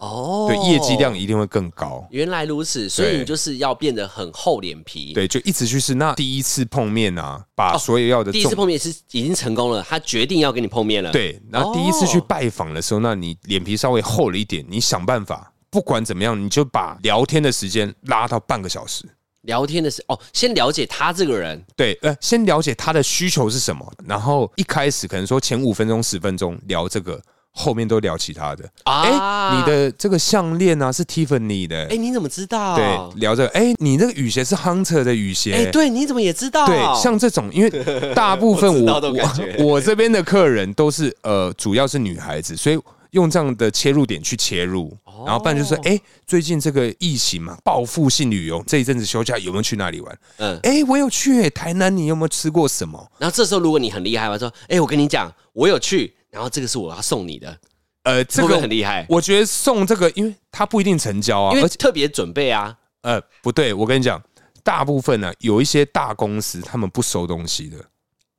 哦，
对，业绩量一定会更高。
原来如此，所以
对
你就是要变得很厚脸皮。，
对，就一直去试。那第一次碰面啊，把所有要的
哦第一次
重
碰面是已经成功了，他决定要跟你碰面了。，
对，然后第一次去拜访的时候，那你脸皮稍微厚了一点，你想办法，不管怎么样，你就把聊天的时间拉到半个小时。
聊天的时候，哦，先了解他这个人，
对，呃，先了解他的需求是什么，然后一开始可能说前五分钟、十分钟聊这个，后面都聊其他的。哎、
啊
你的这个项链啊是 Tiffany 的，
哎、你怎么知道？
对，聊这个，哎、你那个雨鞋是 Hunter 的雨鞋，
哎、对，你怎么也知道？
对，像这种，因
*laughs*
为大部分
我知
我
道这种感觉
*laughs* 我我这边的客人都是呃，主要是女孩子，所以用这样的切入点去切入，
哦
然后不然就是哎、诶最近这个疫情嘛，报复性旅游，这一阵子休假有没有去哪里玩？
嗯，
哎、我有去、诶台南，你有没有吃过什么？
然后这时候如果你很厉害，我说，哎、我跟你讲，我有去，然后这个是我要送你的，
呃，这
会不会
个
很厉害？
我觉得送这个，因为它不一定成交啊，
因
而
为
且。
特别准备啊，
呃，不对，我跟你讲，大部分呢、有一些大公司他们不收东西的，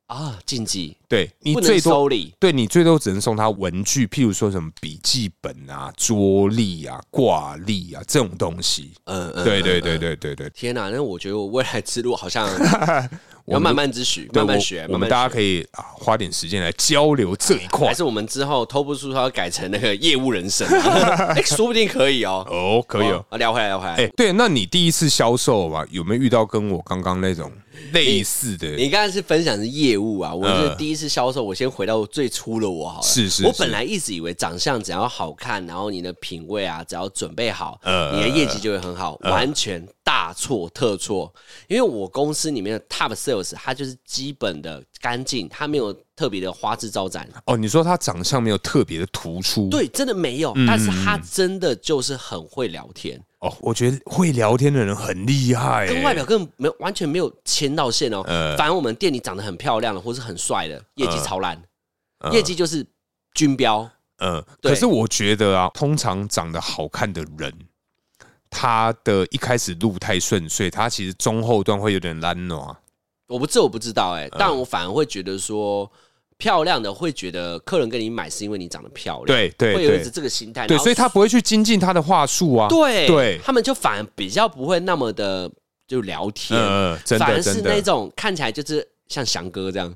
啊，禁忌
对你
不能
最多
收礼，
对你最多只能送他文具，譬如说什么笔记本啊、桌历啊、挂历啊这种东西。
嗯嗯，
对对
嗯
对。
嗯
对对对，
天哪、那我觉得我未来之路好
*laughs*
像
我
要
们
慢慢之许，
对
慢慢
我
学，
我
慢
们
慢
大家
学哎
可以啊花点时间来交流这一块
还是我们之后偷步出要改成那个业务人生、啊，哎、 *laughs* 说不定可以哦。
哦，可以哦。
啊，聊回来，聊回来。
哎、对，那你第一次销售啊，有没有遇到跟我刚刚那种类似的？
你刚才是分享是业务啊，我是
呃
第一次销售，我先回到我最初的我好了。
是是
我
是
本来一直以为长相只要好看，然后你的品味啊，只要准备好，
呃
你的业绩就会很好，
嗯
完全大错特错。因为我公司里面的 top sales，它就是基本的干净，它没有特别的花枝招展。
哦，你说他长相没有特别的突出，
对，真的没
嗯
有，但是他真的就是很会聊天，
哦，我觉得会聊天的人很厉害、
跟
欸，
外表根本没有完全没有牵到线哦。
嗯
反而我们店里长得很漂亮的或是很帅的，业绩超烂，业绩就是军标。
嗯，
对
可是我觉得啊，通常长得好看的人，他的一开始路太顺遂，他其实中后段会有点懒惰啊。
我不这我不知道
嗯
哎、但我反而会觉得说，漂亮的会觉得客人跟你买是因为你长得漂亮，
对对
会有一直
对
这个心态。
对，
然后
所以他不会去精进他的话术啊。
对
对，
他们就反而比较不会那么的就聊天，
嗯，嗯真
反而
的嗯
是
真
那
的，
种看起来就是像翔哥这样，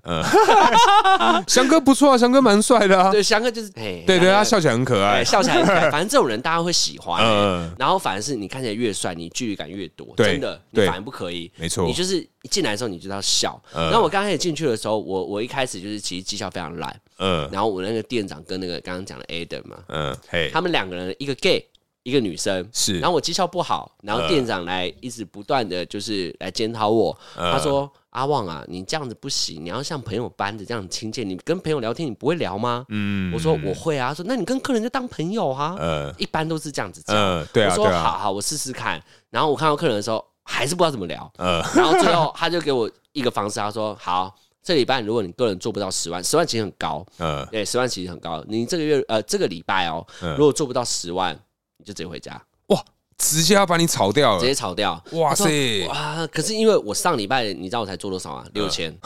翔哥不错啊，翔哥蛮帅的啊。
对，翔哥就是哎，
对对，
那
他
个
笑起来很可爱
对，。笑起来很可爱，反正这种人大家会喜欢、欸。
嗯，
然后反而是你看起来越帅，你距离感越多，
对
真的，你
对
反而不可以。
没错嗯
你就是一进来的时候你就要笑。然后我刚开始进去的时候，我我一开始就是其实绩效非常烂。
嗯
然后我那个店长跟那个刚刚讲的 Adam 嘛，
嗯，嘿，
他们两个人一个 gay 一个女生。
是
然后我绩效不好，然后店长来一直不断的就是来检讨我，
嗯
他说：“阿旺啊，你这样子不行，你要像朋友般的这样亲近，你跟朋友聊天你不会聊吗？”
嗯
我说：“我会啊。”他说：“那你跟客人就当朋友啊。”
呃
一般都是这样子讲。
呃，对啊
我
对
说
啊，
好好，我试试看。然后我看到客人的时候，还是不知道怎么聊。
呃
然后最后他就给我一个方式，他说：“好，这礼拜如果你个人做不到十万，十万其实很高，
呃
对，十万其实很高。你这个月呃这个礼拜哦，
嗯
如果做不到十万，你就直接回家，
哇，直接要把你炒掉
直
了，
接炒掉。”
哇
我说
塞！
哇！可是因为我上礼拜你知道我才做多少啊？六千，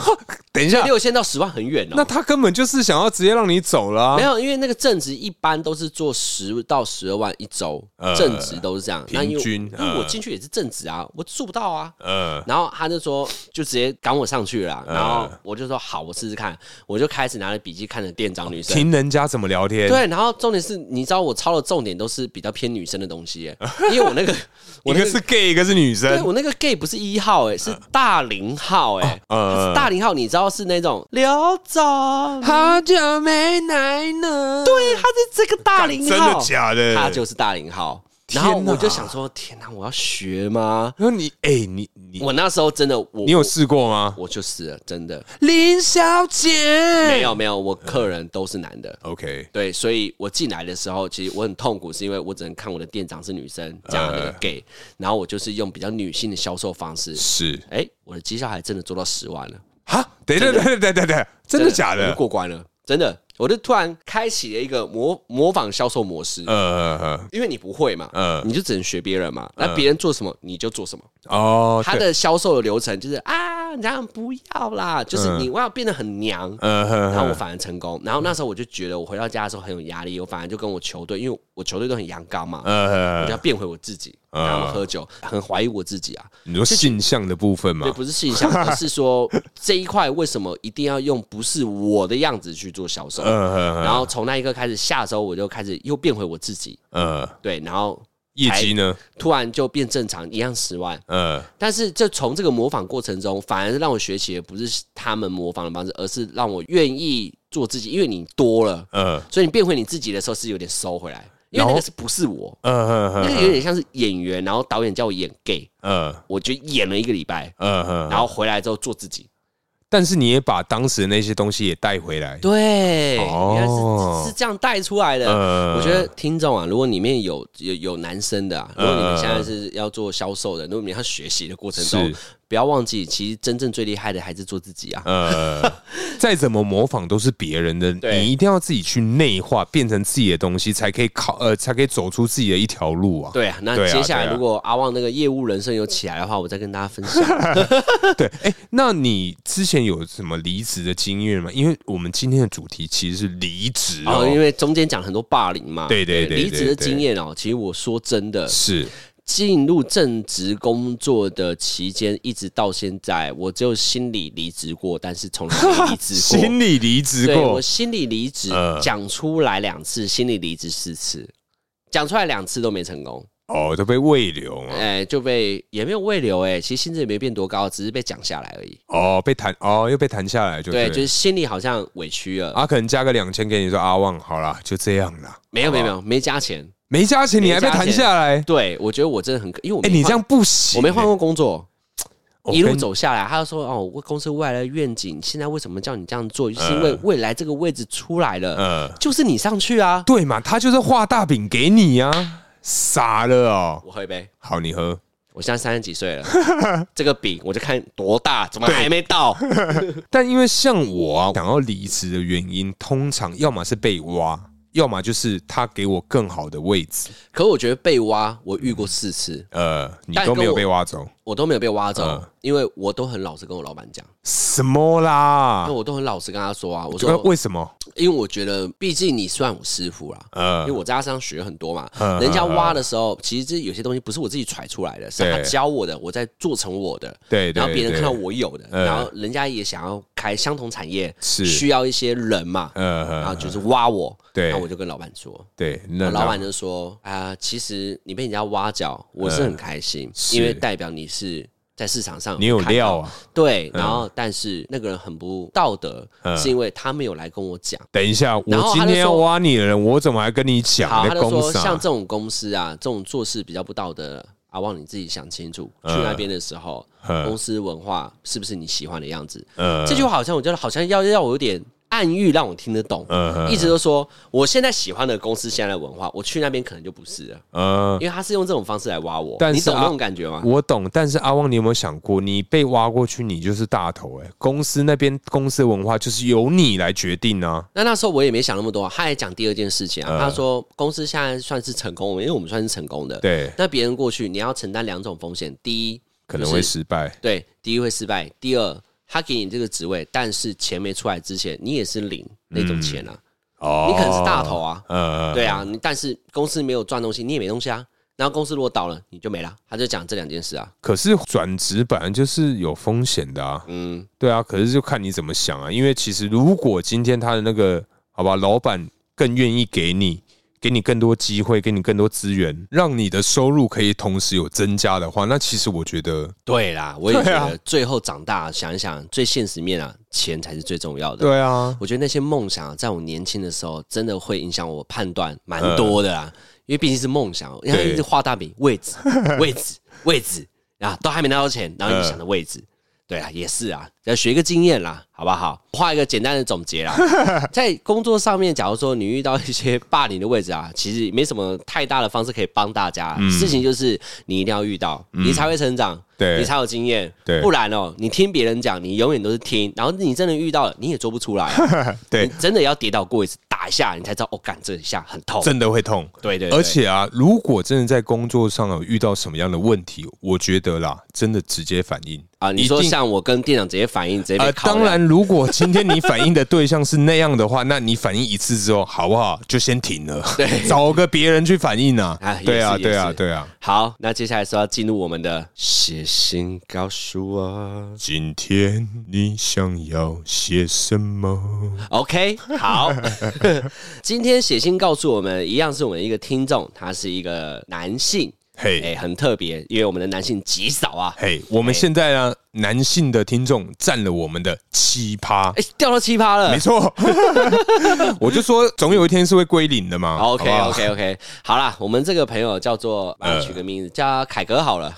等一下，
六千到十万很远哦。
嗯那他根本就是想要直接让你走了啊
没。有，因为那个正职一般都是做十到十二万一周，
呃
正职都是这样。那因为
平均
因为我
呃
进去也是正职啊，我做不到啊。
呃
然后他就说，就直接赶我上去了啦。然后
嗯
我就说好，我试试看。我就开始拿着笔记看着店长女生。
听人家怎么聊天。
对，然后重点是，你知道我抄的重点都是比较偏女生的东西耶，因为我那个我
一
那
个
个
是 gay，一个是女
对
生。
我那个 gay 不是一号哎，是大零号哎，
呃
是大零号，你知道是那种刘总，
好久没来了。对，
对，他是这个大零号，
真的假的？
他就是大零号。
天
然后
哪
我就想说，天哪，我要学吗？
然后你，哎、你你
我那时候真的，我
你有试过吗？
我就是了真的
林小姐
没有没有，我客人都是男的。
OK，
对，所以我进来的时候，其实我很痛苦，是因为我只能看我的店长是女生，
呃
加上那个 gay，然后我就是用比较女性的销售方式。
是
哎、我的绩效还真的做到十万了，
哈，等等等等等等等，真的假
我
的
就？过关了，真的，我就突然开启了一个模模仿销售模式，
呃呃
因为你不会嘛，
呃嗯
你就只能学别人嘛，那别人做什么你就做什么。
呃，哦，
他
对
的销售的流程就是啊，啦，你这样不要啦，就是
嗯
你我要变得很娘。
呃呵
然后我
呵，
反而成功，然后那时候我就觉得我回到家的时候很有压力，我反而就跟我球队，因为我球队都很阳刚嘛，我
呃
就要
呵，
变回我自己，
嗯
然后他们喝酒，很怀疑我自己啊。
你说性向的部分嘛
对，，不是性向，而是说这一块为什么一定要用不是我的样子去做销售？
呃呵
然
呵，
后从那一刻开始，下周我就开始又变回我自己，
呃，
对，然后
业绩呢？
突然就变正常，一样十万。
呃，
但是这从这个模仿过程中，反而是让我学习的不是他们模仿的方式，而是让我愿意做自己，因为你多了，
呃，
所以你变回你自己的时候是有点收回来，因为那
然后
个是不是我？
呃呵
那
呵，
个有点像是演员，然后导演叫我演 gay，
呃
我就演了一个礼拜，
呃呵，
然后回来之后做自己。
但是你也把当时的那些东西也带回来，
对，
哦
原来是是这样带出来的。
呃
我觉得听众啊，如果里面有有有男生的、啊，
嗯
如果你们现在是要做销售的，如果你们要学习的过程中
是，
不要忘记，其实真正最厉害的还是做自己啊。
呃， *laughs* 再怎么模仿都是别人的，
对
你一定要自己去内化，变成自己的东西，才可以考呃，才可以走出自己的一条路啊。
对啊，那
对啊
接下
对
来
啊
如果阿旺那个业务人生有起来的话，我再跟大家分享。
对，哎、那你之前有什么离职的经验吗？因为我们今天的主题其实是离职
然后
哦，
因为中间讲很多霸凌嘛，
对对对
离职的
对对
经验哦，其实我说真的，
是
进入正职工作的期间，一直到现在，我只有心理离职过，但是从来没离职过。
*laughs* 心理离职
对
过
我，心理离职
呃
讲出来两次，心理离职四次，讲出来两次都没成功，
哦，都被喂流嘛，
哎、就被也没有胃流、哎，其实薪资也没变多高，只是被讲下来而已。
哦，被弹，哦，又被弹下来就
对，
对，
就是心里好像委屈了，
啊，可能加个两千给你说阿旺，好啦，就这样啦，
没有没有没有没加钱。
没加钱你还被
没加
弹
钱
下来，
对，我觉得我真的很可，因为我
哎、
没
你
换
这样不行、
我没换过工作，
哦，
一路
跟
走下来，他就说：“哦，我公司未来的愿景，现在为什么叫你这样做，就是因为未来这个位置出来了，
呃，
就是你上去啊。
对嘛，他就是画大饼给你啊呀、傻了”哦。
我喝一杯，
好，你喝。
我现在三十几 *laughs* 岁了，这个饼我就看多大，怎么还没到？
但因为像我啊，想要离职的原因，通常要么是被挖，要么就是他给我更好的位置。
可我觉得被挖，我遇过四次，
呃，你
但
都
跟
没有
我
被挖走，
我都没有被挖走，
嗯
因为我都很老实跟我老板讲，
什么
那、
啦？
我都很老实啊跟他说啊，我
呃
说，
为什么？
因为我觉得，毕竟你算我师傅啦。因
呃
为，我在他身上学很多嘛
嗯，
人家挖的时候，其实这有些东西不是我自己揣出来的，是他
对
教我的，我在做成我的。
对对对，
然后别人看到我有的，
嗯
然后人家也想要开相同产业，
是
需要一些人嘛，
呃，
然后
呃，
就是挖我，
对
那我就跟老板说，
对，
我
那
老板就说啊、其实你被人家挖角，我是很开心，
嗯是
因为代表你是。在市场上，
你有料！啊。
对，然后但是那个人很不道德，
嗯
是因为他没有来跟我讲。
等一下，我
然后他就
今天要
说
挖你的人，我怎么还跟你讲？
好，
你
他
在
就
公
说
司
像这种公司啊，这种做事比较不道德，阿旺你自己想清楚。
嗯
去那边的时候，公司文化是不是你喜欢的样子？
呃
这句话好像我觉得好像要要我有点暗喻，让我听得懂。嗯
呃
一直都说我现在喜欢的公司现在的文化，我去那边可能就不是了，
呃，
因为他是用这种方式来挖我。
但
你
是
懂
啊
那种感觉吗？
我懂，但是阿旺，你有没有想过，你被挖过去，你就是大头哎、公司那边公司文化就是由你来决定啊。
那那时候我也没想那么多，啊他还讲第二件事
嗯
情啊，他说公司现在算是成功，因为我们算是成功的。
对，
那别人过去，你要承担两种风险，第一
可能会失败。
对，第一会失败，第二他给你这个职位，但是钱没出来之前，你也是零那种钱啊，
哦
你可能是大头。啊，
呃，
对啊，你但是公司没有赚东西，你也没东西啊。然后公司如果倒了，你就没了。他就讲这两件事啊，
可是转职本来就是有风险的啊。
嗯，
对啊，可是就看你怎么想啊。因为其实如果今天他的那个好吧，老板更愿意给你。给你更多机会，给你更多资源，让你的收入可以同时有增加的话，那其实我觉得，
对啦，我也觉
对啊
得最后长大想一想，最现实面啊，钱才是最重要的。，
对啊，
我觉得那些梦想啊，在我年轻的时候，真的会影响我判断蛮多的
嗯
啦，因为毕竟是梦想，因为一直画大饼，位
*laughs*
置，位置，位置啊，都还没拿到
嗯
钱，然后你就想的位置。对啊，也是啊，要学一个经验啦，好不好？画一个简单的总
*laughs*
结啦，在工作上面，假如说你遇到一些霸凌的位置啊，其实没什么太大的方式可以帮大家。
嗯
事情就是你一定要遇到，你才会成长，
对
你才有经验。
对
不然哦，你听别人讲，你永远都是听，然后你真的遇到了，你也做不出来啊、
对
你，真的要跌倒过一次，打一下，你才知道哦，干这一下很痛。
真的会痛。
对对对
而且啊，如果真的在工作上有遇到什么样的问题，我觉得啦，真的直接反映，
啊，你
一
说
定
像我跟店长直接反应，直接被
呃，
拷
当
了
然，如果今天你反应的对象是那样的话，那你反应一次之后，好不好？就先停了，
对
*laughs* 找个别人去反应啊
啊也。是
对啊，
也
对啊，
是
对啊。
好，那接下来是要进入我们的写信告诉我。
今天你想要些什么？
OK，好， *laughs* 今天写信告诉我们，一样是我们一个听众，他是一个男性，哎、
嘿，
很特别，因为我们的男性极少啊，
嘿，我们现在呢，男性的听众占了我们的七趴。
哎、掉到奇葩了
没。错， *laughs* 我就说总有一天是会归零的嘛。好
OK
不好
OK OK，好呃啦，我们这个朋友叫做，帮他取个名字，叫凯哥好了。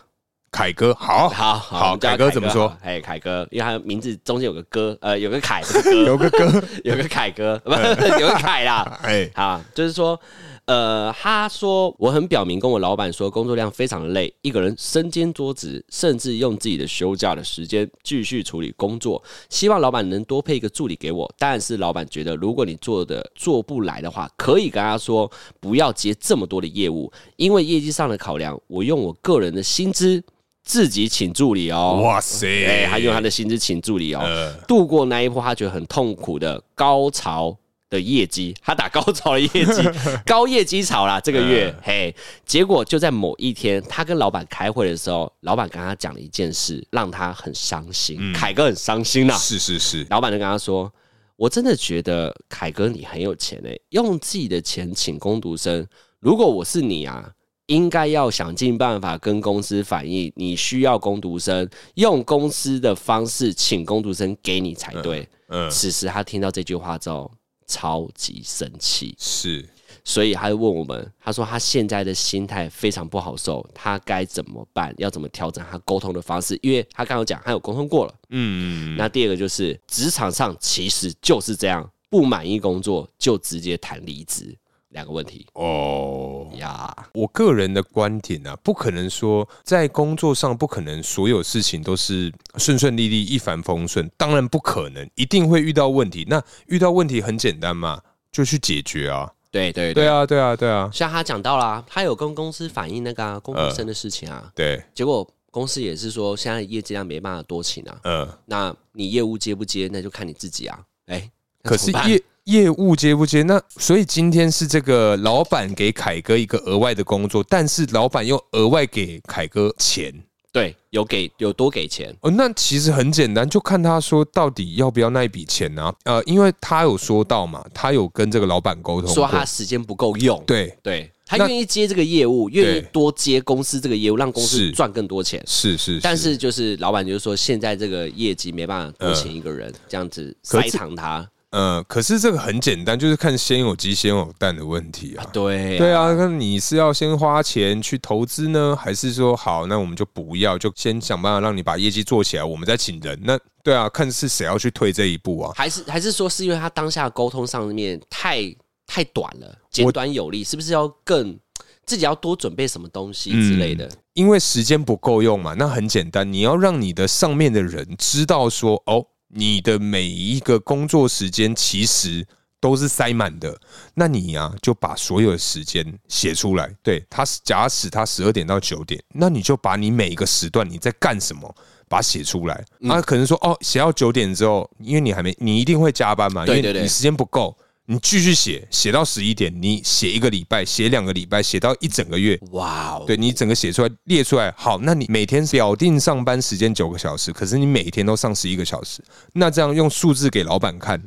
凯哥，好，
好
哦好，
我们叫
凯
他
哥怎么
好
说？
了？哎，凯哥，因为他名字中间有个哥，呃，有个
*laughs*
凯，有个哥
有个哥， *laughs*
有个凯哥， *laughs* 不，
嗯
有个凯啦。
哎，
啊，就是说，呃，他说我很表明跟我老板说工作量非常累，一个人身兼多职，甚至用自己的休假的时间继续处理工作，希望老板能多配一个助理给我。但是老板觉得，如果你做的做不来的话，可以跟他说不要接这么多的业务，因为业绩上的考量，我用我个人的薪资自己请助理哦。
哇塞，
哎、他用他的薪资请助理哦，
呃
度过那一波他觉得很痛苦的高潮的业绩，他打高潮的业绩，高业绩潮啦，这个月，嘿，结果就在某一天，他跟老板开会的时候，老板跟他讲了一件事，让他很伤心，凯哥很伤心啊呐、
是是是，
老板就跟他说：“我真的觉得凯哥你很有钱诶、用自己的钱请工读生。如果我是你啊，应该要想尽办法跟公司反映你需要工读生，用公司的方式请工读生给你才对。
嗯，
此时他听到这句话之后，超级生气，
是
所以他就问我们，他说他现在的心态非常不好受，他该怎么办？要怎么调整他沟通的方式？因为他刚刚有讲，他有沟通过了。
嗯，
那第二个就是职场上其实就是这样，不满意工作就直接谈离职，两个问题
哦，
呀。
我个人的观点啊，不可能说在工作上不可能所有事情都是顺顺利利、一帆风顺，当然不可能，一定会遇到问题。那遇到问题很简单嘛，就去解决啊。
对对
对，啊，对啊，对啊，
像他讲到啦，他有跟公司反映那个、啊、工
呃
读生的事情啊，
对，
结果公司也是说现在业绩量没办法多请啊，
呃，
那你业务接不接，那就看你自己啊。哎、那
可是
怎么办
业业务接不接？那所以今天是这个老板给凯哥一个额外的工作，但是老板又额外给凯哥钱。
对有给有多给钱，
哦，那其实很简单，就看他说到底要不要那一笔钱啊？呃，因为他有说到嘛，他有跟这个老板沟通
说
过，
他时间不够用，
对，
对他
那
愿意接这个业务，愿意
对
多接公司这个业务，让公司
是
赚更多钱。
是是，
但是就是老板就是说，现在这个业绩没办法多请一个人，这样
嗯
子塞藏他。
呃，可是这个很简单，就是看先有鸡先有蛋的问题啊。
对
对啊，那你是要先花钱去投资呢，还是说好，那我们就不要，就先想办法让你把业绩做起来，我们再请人？那对啊，看是谁要去退这一步啊。
还是还是说是因为他当下沟通上面太太短了，简短有力，是不是要更自己要多准备什么东西之类的？
因为时间不够用嘛，那很简单，你要让你的上面的人知道说，哦，你的每一个工作时间其实都是塞满的，那你呀、就把所有的时间写出来。对他，假使他十二点到九点，那你就把你每一个时段你在干什么。把它写出来，啊，可能说哦，写到九点之后，因为你还没，你一定会加班嘛，因
对
为
对对
你时间不够，你继续写，写到十一点，你写一个礼拜，写两个礼拜，写到一整个月，
哇哦，
对你整个写出来列出来，好，那你每天表定上班时间九个小时，可是你每天都上十一个小时，那这样用数字给老板看，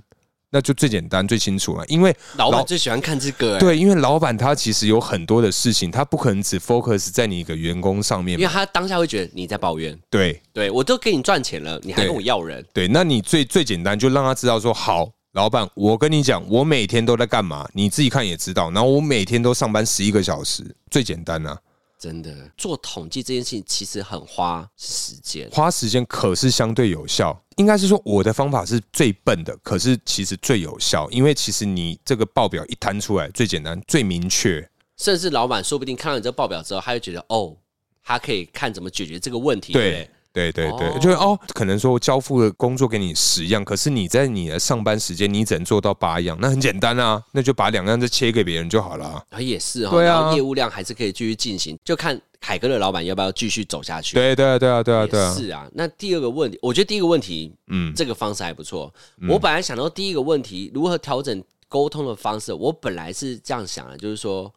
那就最简单最清楚了。因为
老板最喜欢看这个、欸，，
对，因为老板他其实有很多的事情，他不可能只 focus 在你一个员工上面
因为
嘛。
他当下会觉得你在抱怨，
对
对我都给你赚钱了，你还
对
跟我要人，
对，那你最最简单就让他知道说，好，老板，我跟你讲，我每天都在干嘛，你自己看也知道。然后我每天都上班十一个小时，最简单啊。
真的做统计这件事情其实很花时间。
花时间可是相对有效。应该是说我的方法是最笨的，可是其实最有效，因为其实你这个报表一摊出来，最简单、最明确。
甚至老板说不定看到你这报表之后，他就觉得哦，他可以看怎么解决这个问题。
对
不
对对对，
哦
就是哦，可能说我交付了工作给你十样，可是你在你的上班时间你只能做到八样，那很简单啊，那就把两样再切给别人就好了啊。
然后也是哈、
对啊
然后业务量还是可以继续进行，就看凯哥的老板要不要继续走下去。
对对啊对啊对啊
也
对啊，
是啊。那第二个问题，我觉得第一个问题
嗯，
这个方式还不错。我本来想到第一个问题如何调整沟通的方式，我本来是这样想的，就是说，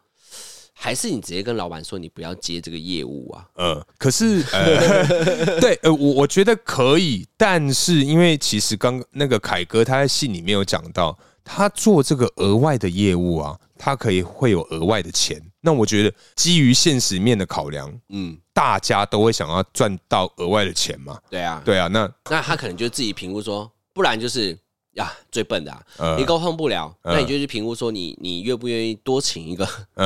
还是你直接跟老板说你不要接这个业务啊。
呃，可是呃， *laughs* 对，呃，我我觉得可以，但是因为其实刚那个凯哥他在信里面有讲到，他做这个额外的业务啊，他可以会有额外的钱。那我觉得基于现实面的考量，
嗯，
大家都会想要赚到额外的钱嘛？
对啊，
对啊，那
那他可能就自己评估说，不然就是呀最笨的、啊，
呃
你沟通不了，
呃
那你就去评估说你你愿不愿意多请一个 *laughs*
嗯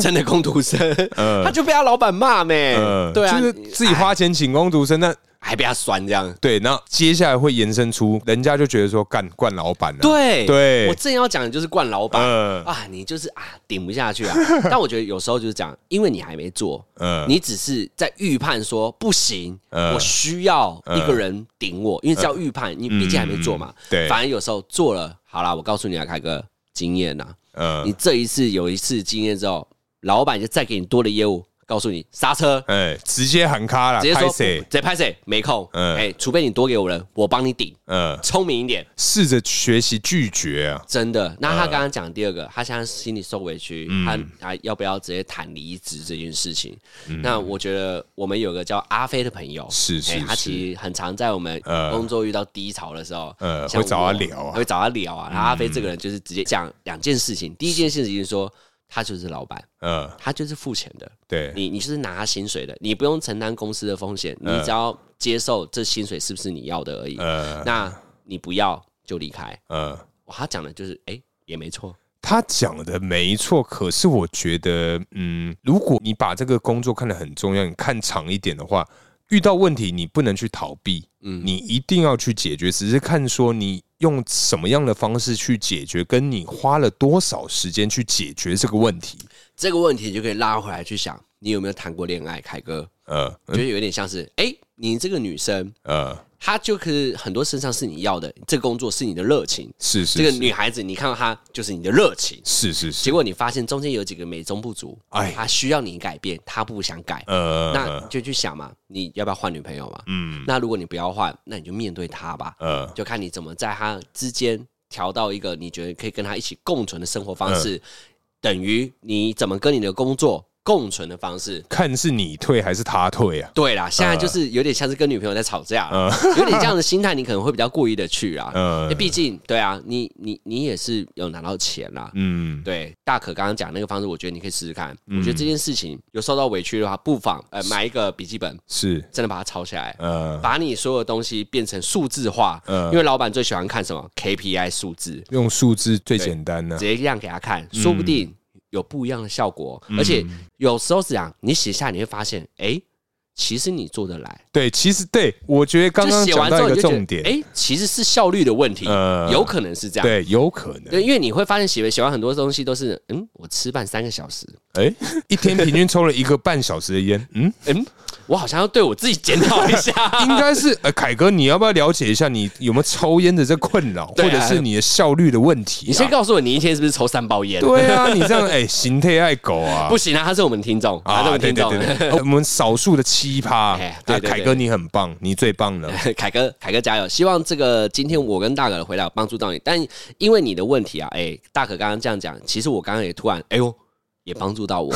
真的工读生， *laughs* 他就被他老板骂咩，
呃，
对啊，
嗯就是
你
自己花钱请工读生，那
还被他酸这样。
对，那接下来会延伸出人家就觉得说干惯老板了、
对
对
我正要讲的就是惯老板、
呃
啊，你就是啊顶不下去啊。 *laughs* 但我觉得有时候就是讲，因为你还没做，
呃
你只是在预判说不行，
呃
我需要一个人顶我，因为叫预判，你毕竟还没做嘛。
嗯对
反而有时候做了，好啦，我告诉你啊，凯哥，经验呐、
呃
你，这一次有一次经验之后，老板就再给你多的业务，告诉你刹车，
哎、直接喊卡了，
直接
拍
说
谁
直？接拍谁没空，
嗯
哎，除非你多给我人，我帮你顶，
呃，
聪明一点。
试着学习拒绝啊，
真的，那他刚刚讲第二
嗯
个，他现在心里受委屈，他他要不要直接谈离职这件事情？那我觉得我们有个叫阿飞的朋友，
嗯是是
哎他
是
其实很常在我们
呃
工作遇到低潮的时候，
呃
像
会找他
我
聊啊嗯
会找他聊啊。然后阿飞这个人就是直接讲两件事情，第一件事情是说他就是老板，
呃，
他就是付钱的，
对，
你你就是拿他薪水的，你不用承担公司的风险，你
呃
只要接受这薪水是不是你要的而已。
呃
那你不要就离开。
呃，
哇，他讲的就是，哎、也没错，
他讲的没错，可是我觉得，嗯，如果你把这个工作看得很重要，你看长一点的话，遇到问题你不能去逃避，嗯，你一定要去解决，只是看说你用什么样的方式去解决，跟你花了多少时间去解决这个问题，
这个问题你就可以拉回来去想，你有没有谈过恋爱，凯哥？
呃
觉得有点像是，哎、你这个女生，
呃，
她就是很多身上是你要的，这个工作是你的热情，
是是
这个
是
女孩子你看到她就是你的热情，
是是是，
结果你发现中间有几个美中不足，
哎
她需要你改变，她不想改，
呃，
那就去想嘛，你要不要换女朋友嘛？
嗯
那如果你不要换，那你就面对她吧，
呃
就看你怎么在他之间调到一个你觉得可以跟他一起共存的生活方式，等于你怎么跟你的工作共存的方式。
看是你退还是他退啊？
对啦，现在就是有点像是跟女朋友在吵架啦， *laughs* 有点这样的心态，你可能会比较过意的去啊。
呃
因为毕竟，对啊，你你你也是有拿到钱啦。
嗯，
对，大可刚刚讲那个方式，我觉得你可以试试看。我觉得这件事情有受到委屈的话，不妨呃买一个笔记本，
是
真的把它抄下来，
呃，
把你所有东西变成数字化，
嗯
因为老板最喜欢看什么 KPI 数字，
用数字最简单啊呢、
直接亮给他看，说
嗯
不定有不一样的效果。而且有时候是这样，你写下你会发现，哎，其实你做得来。
对，其实对我觉得刚
就
刚
写
讲
完之
到
后
一
你
个
就觉
重
得，
点，
哎，其实是效率的问题
呃，
有可能是这样。
对，有可能，
对，因为你会发现写写完很多东西都是，嗯，我吃饭三个小时，
哎、一天平均抽了一个半小时的烟，
*laughs*
嗯，
嗯，我好像要对我自己检讨一下。
*laughs* 应该是呃，凯哥，你要不要了解一下你有没有抽烟的这困扰，
对啊
或者是你的效率的问题、啊？
你先告诉我，你一天是不是抽三包烟？
对啊， *laughs* 你这样哎，形态爱狗啊，
不行啊，他是我们听众，他是我
啊，
们
对
听
对
众。
对对， *laughs* 我们少数的奇葩
哎，对对
那
对哎
凯哥你很棒，你最棒了，
*laughs* 凯哥，凯哥加油！希望这个今天我跟大可的回答有帮助到你，但因为你的问题啊，哎、大可刚刚这样讲，其实我刚刚也突然，哎呦，也帮助
*laughs*
到我，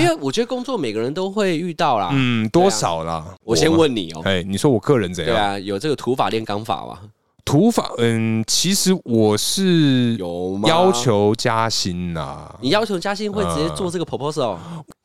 因为我觉得工作每个人都会遇到啦。
嗯，多少啦？
啊我先
吗，
问你哦、
哎，你说我个人怎
对
样？
啊，有这个土法炼钢法吗？
土法，嗯，其实我是
有吗？
要求加薪啦。
你要求嘉欣会直
嗯
接做这个 proposal？、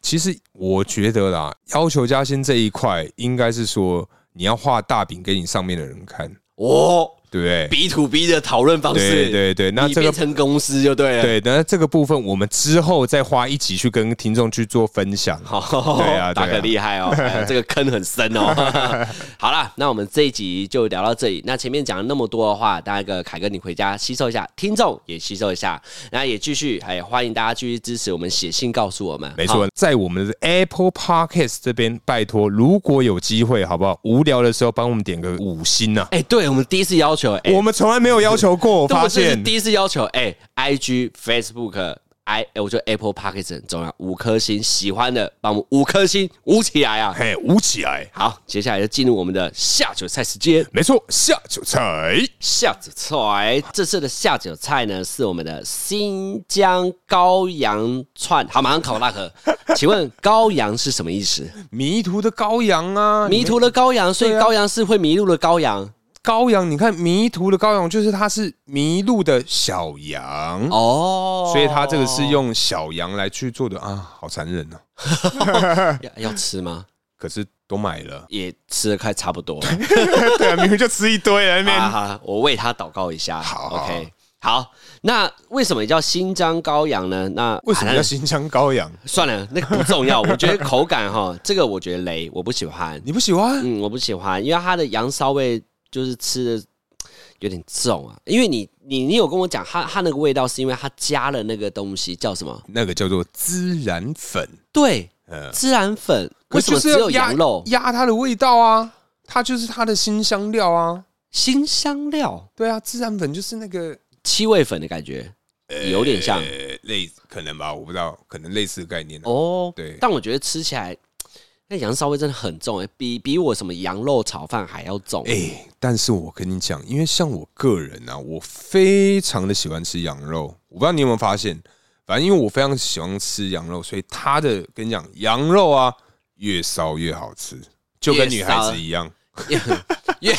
其实我觉得啦，要求加薪这一块，应该是说你要画大饼给你上面的人看。
哦，
对不对？
B to B 的讨论方式，
对对对，那
你
这个
变成公司就对了。
对，那这个部分我们之后再花一集去跟听众去做分享。
好，
对啊对啊
大哥厉害
*laughs*
哦，哎呦这个坑很深哦。好啦，那我们这一集就聊到这里。那前面讲了那么多的话，大哥凯哥你回家吸收一下，听众也吸收一下，那也继续，哎，欢迎大家继续支持我们，写信告诉我们。
没错，在我们的 Apple Podcast 这边，拜托，如果有机会，好不好？无聊的时候帮我们点个五星呐、啊。
哎、对我们第一次要求，哎、
我们从来没有要求过，我
对我
发
们这是
现
第一次要求，哎、i g Facebook。I，哎我觉得 Apple p o c k e t 很重要，五颗星，喜欢的帮我们五颗星捂起来啊！
嘿，舞起来。
好，接下来就进入我们的下酒菜时间。
没错，下酒菜
下酒菜，这次的下酒菜呢是我们的新疆羔羊串，好，马上考拉
*laughs*
壳。请问羔羊是什么意思？
迷途的羔羊啊，
迷途的羔羊，所以
对啊
羔羊是会迷路的羔羊。
羔羊，你看迷途的羔羊就是它是迷路的小羊，
哦，
所以它这个是用小羊来去做的啊，好残忍哦。
要要吃吗？，
可是都买了
*laughs* 也吃的快差不多了。
对啊，明明就吃一堆了，那边
啊哈，我为他祷告一下。
好
o k 好。那为什么叫新疆羔羊呢？那
为什么
啊
叫新疆羔羊？
那算了，那个不重要。我觉得口感哈，这个我觉得雷，我不喜欢。
你不喜欢？
嗯，我不喜欢，因为它的羊骚味就是吃的有点重啊。因为你你你有跟我讲，它它那个味道是因为它加了那个东西叫什么？
那个叫做孜然粉，
对，
呃，
孜然粉。为
可
什么
就
只
是要
有羊肉？
压压它的味道啊，它就是它的新香料啊，
新香料、
对啊，孜然粉就是那个
七味粉的感觉，有点像
呃类可能吧，我不知道，可能类似的概念、哦，
哦。
对
但我觉得吃起来那羊骚味真的很重、欸，比比我什么羊肉炒饭还要重。
哎、但是我跟你讲，因为像我个人啊，我非常的喜欢吃羊肉，我不知道你有没有发现，反正因为我非常喜欢吃羊肉，所以它的跟你讲，羊肉啊越烧越好吃，就跟女孩子一样。 *laughs*
耶，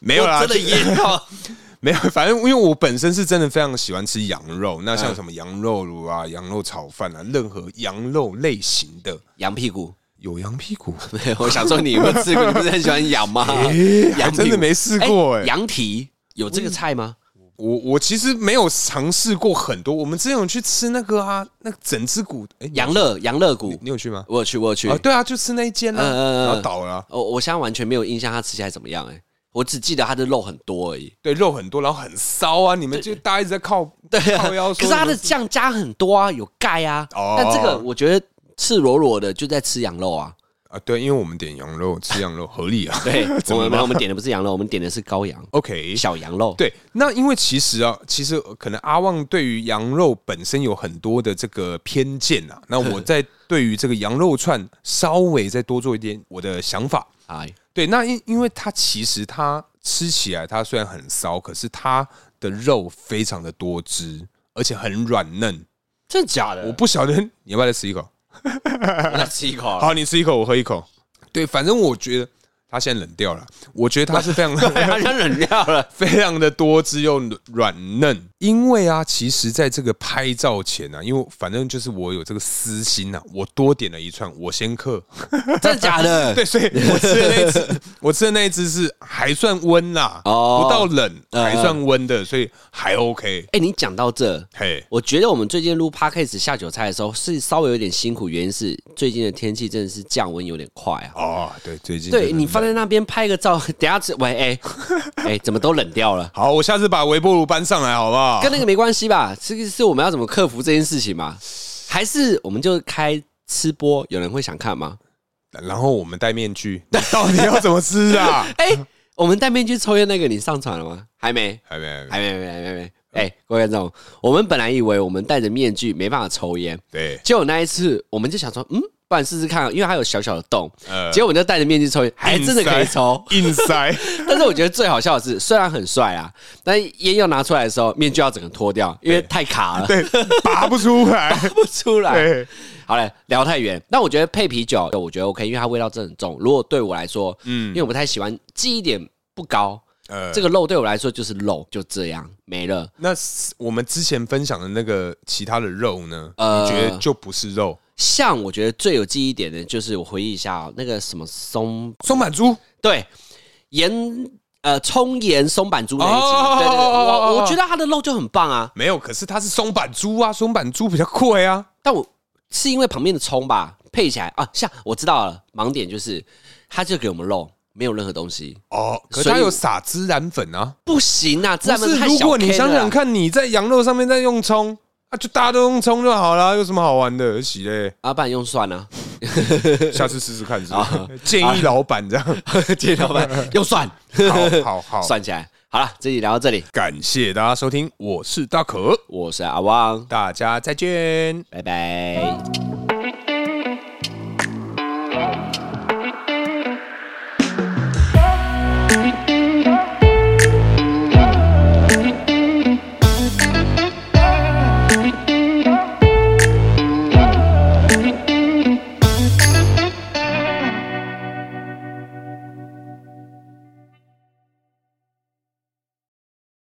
没有啦，
我真的噎到。
*laughs* 没有，反正因为我本身是真的非常喜欢吃羊肉，那像什么羊肉炉啊、羊肉炒饭啊，任何羊肉类型的，
*laughs* *laughs* 羊屁股，
有羊屁股，
没有，我想说你有没有吃过？你不是很喜欢羊吗？
诶
羊
还
屁股
真的没试过嗯哎、
羊蹄有这个菜吗？
我我其实没有尝试过很多，我们之前有去吃那个啊，那个整只骨，哎、你有
羊乐羊乐谷
你，有去吗？
我有去，我有去。
啊，对啊，就吃那一间啊，
嗯嗯嗯
然后倒了啊、
哦，我现在完全没有印象它吃起来怎么样哎、我只记得它的肉很多而已。
对，肉很多，然后很骚啊，你们就大家一直在靠
对啊，
靠腰
可
说
是
什么，
它的酱加很多啊，有钙啊。
哦
但这个我觉得赤裸裸的就在吃羊肉啊。
啊，对，因为我们点羊肉吃羊肉合理啊，
*laughs* 对，
怎
我
么
们
了
我们点的不是羊肉，我们点的是羔羊、
，OK，
小羊肉。
对，那因为其实啊，其实可能阿旺对于羊肉本身有很多的这个偏见啊。那
*laughs*
我在对于这个羊肉串稍微再多做一点我的想法。
哎，
对，那因因为它其实它吃起来它虽然很骚，可是它的肉非常的多汁，而且很软嫩。
真的假的？
我不晓得你要不要再吃一口？
再吃一口啊。
好，你吃一口，我喝一口。对，反正我觉得它现在冷掉了，我觉得它是非常
哎好像冷掉
*laughs*
了。
非常的多汁又软嫩。因为啊，其实在这个拍照前啊，因为反正就是我有这个私心啊，我多点了一串，我先刻。
真的假的？
*laughs* 对，所以我吃的那一只，
*laughs*
我吃的那一只是还算温啦，
哦嗯
不到冷，还算温的，所以还 OK。
哎，你讲到这，
嘿，
我觉得我们最近录 podcast 下酒菜的时候是稍微有点辛苦，原因是最近的天气真的是降温有点快啊。
哦，对，最近真
对
的
你放在那边拍个照， *laughs* 等下子喂哎哎、怎么都冷掉了？
好，我下次把微波炉搬上来好不好
跟？那个没关系吧？这个是我们要怎么克服这件事情嘛？还是我们就开吃播？有人会想看吗？
然后我们戴面具，你到底要怎么吃啊？ *laughs*
哎、我们戴面具抽烟那个你上传了吗？还没，
还没，还没
还没，还没，还没还没。哎、各位观众，我们本来以为我们戴着面具没办法抽烟，
对，
结果那一次我们就想说，嗯，不然试试看啊，因为它有小小的洞。
呃
结果我们就戴着面具抽烟，还真的可以
*laughs*
抽。
硬塞。
但是我觉得最好笑的是，虽然很帅啊，但烟要拿出来的时候，面具要整个脱掉，因为太卡了，
对，拔不出来。
不出来。
对，
好嘞，聊太远。那我觉得配啤酒，我觉得 OK，因为它味道真的很重。如果对我来说，嗯，因为我不太喜欢，记忆点不高，
呃，
这个肉对我来说就是肉，就这样没了。
那是我们之前分享的那个其他的肉呢？
呃
你觉得就不是肉？
像我觉得最有记忆点的就是我回忆一下、哦、那个什么松
松板猪
对盐呃葱盐松板猪那一集，
哦
对对对，我
哦
我觉得它的肉就很棒啊，
没有，可是它是松板猪啊，松板猪比较贵啊。
但我是因为旁边的葱吧配起来啊，像我知道了，盲点就是它就给我们肉，没有任何东西，
哦，可是
所以
它有撒孜然粉啊。
不行啊，自然
不是，
太
如
小
果
K
你
了啊
想想看，你在羊肉上面在用葱啊，就大家都用葱就好啦，有什么好玩的？洗
*laughs*
嘞，
啊，不然用蒜啊，
下次试试看是
啊
吧？建议老板这样，
接老板
*laughs*
用蒜，
好好
*laughs*
好，
蒜起来。好了，这集聊到这里，
感谢大家收听，我是大可，
我是阿旺，
大家再见。
拜拜。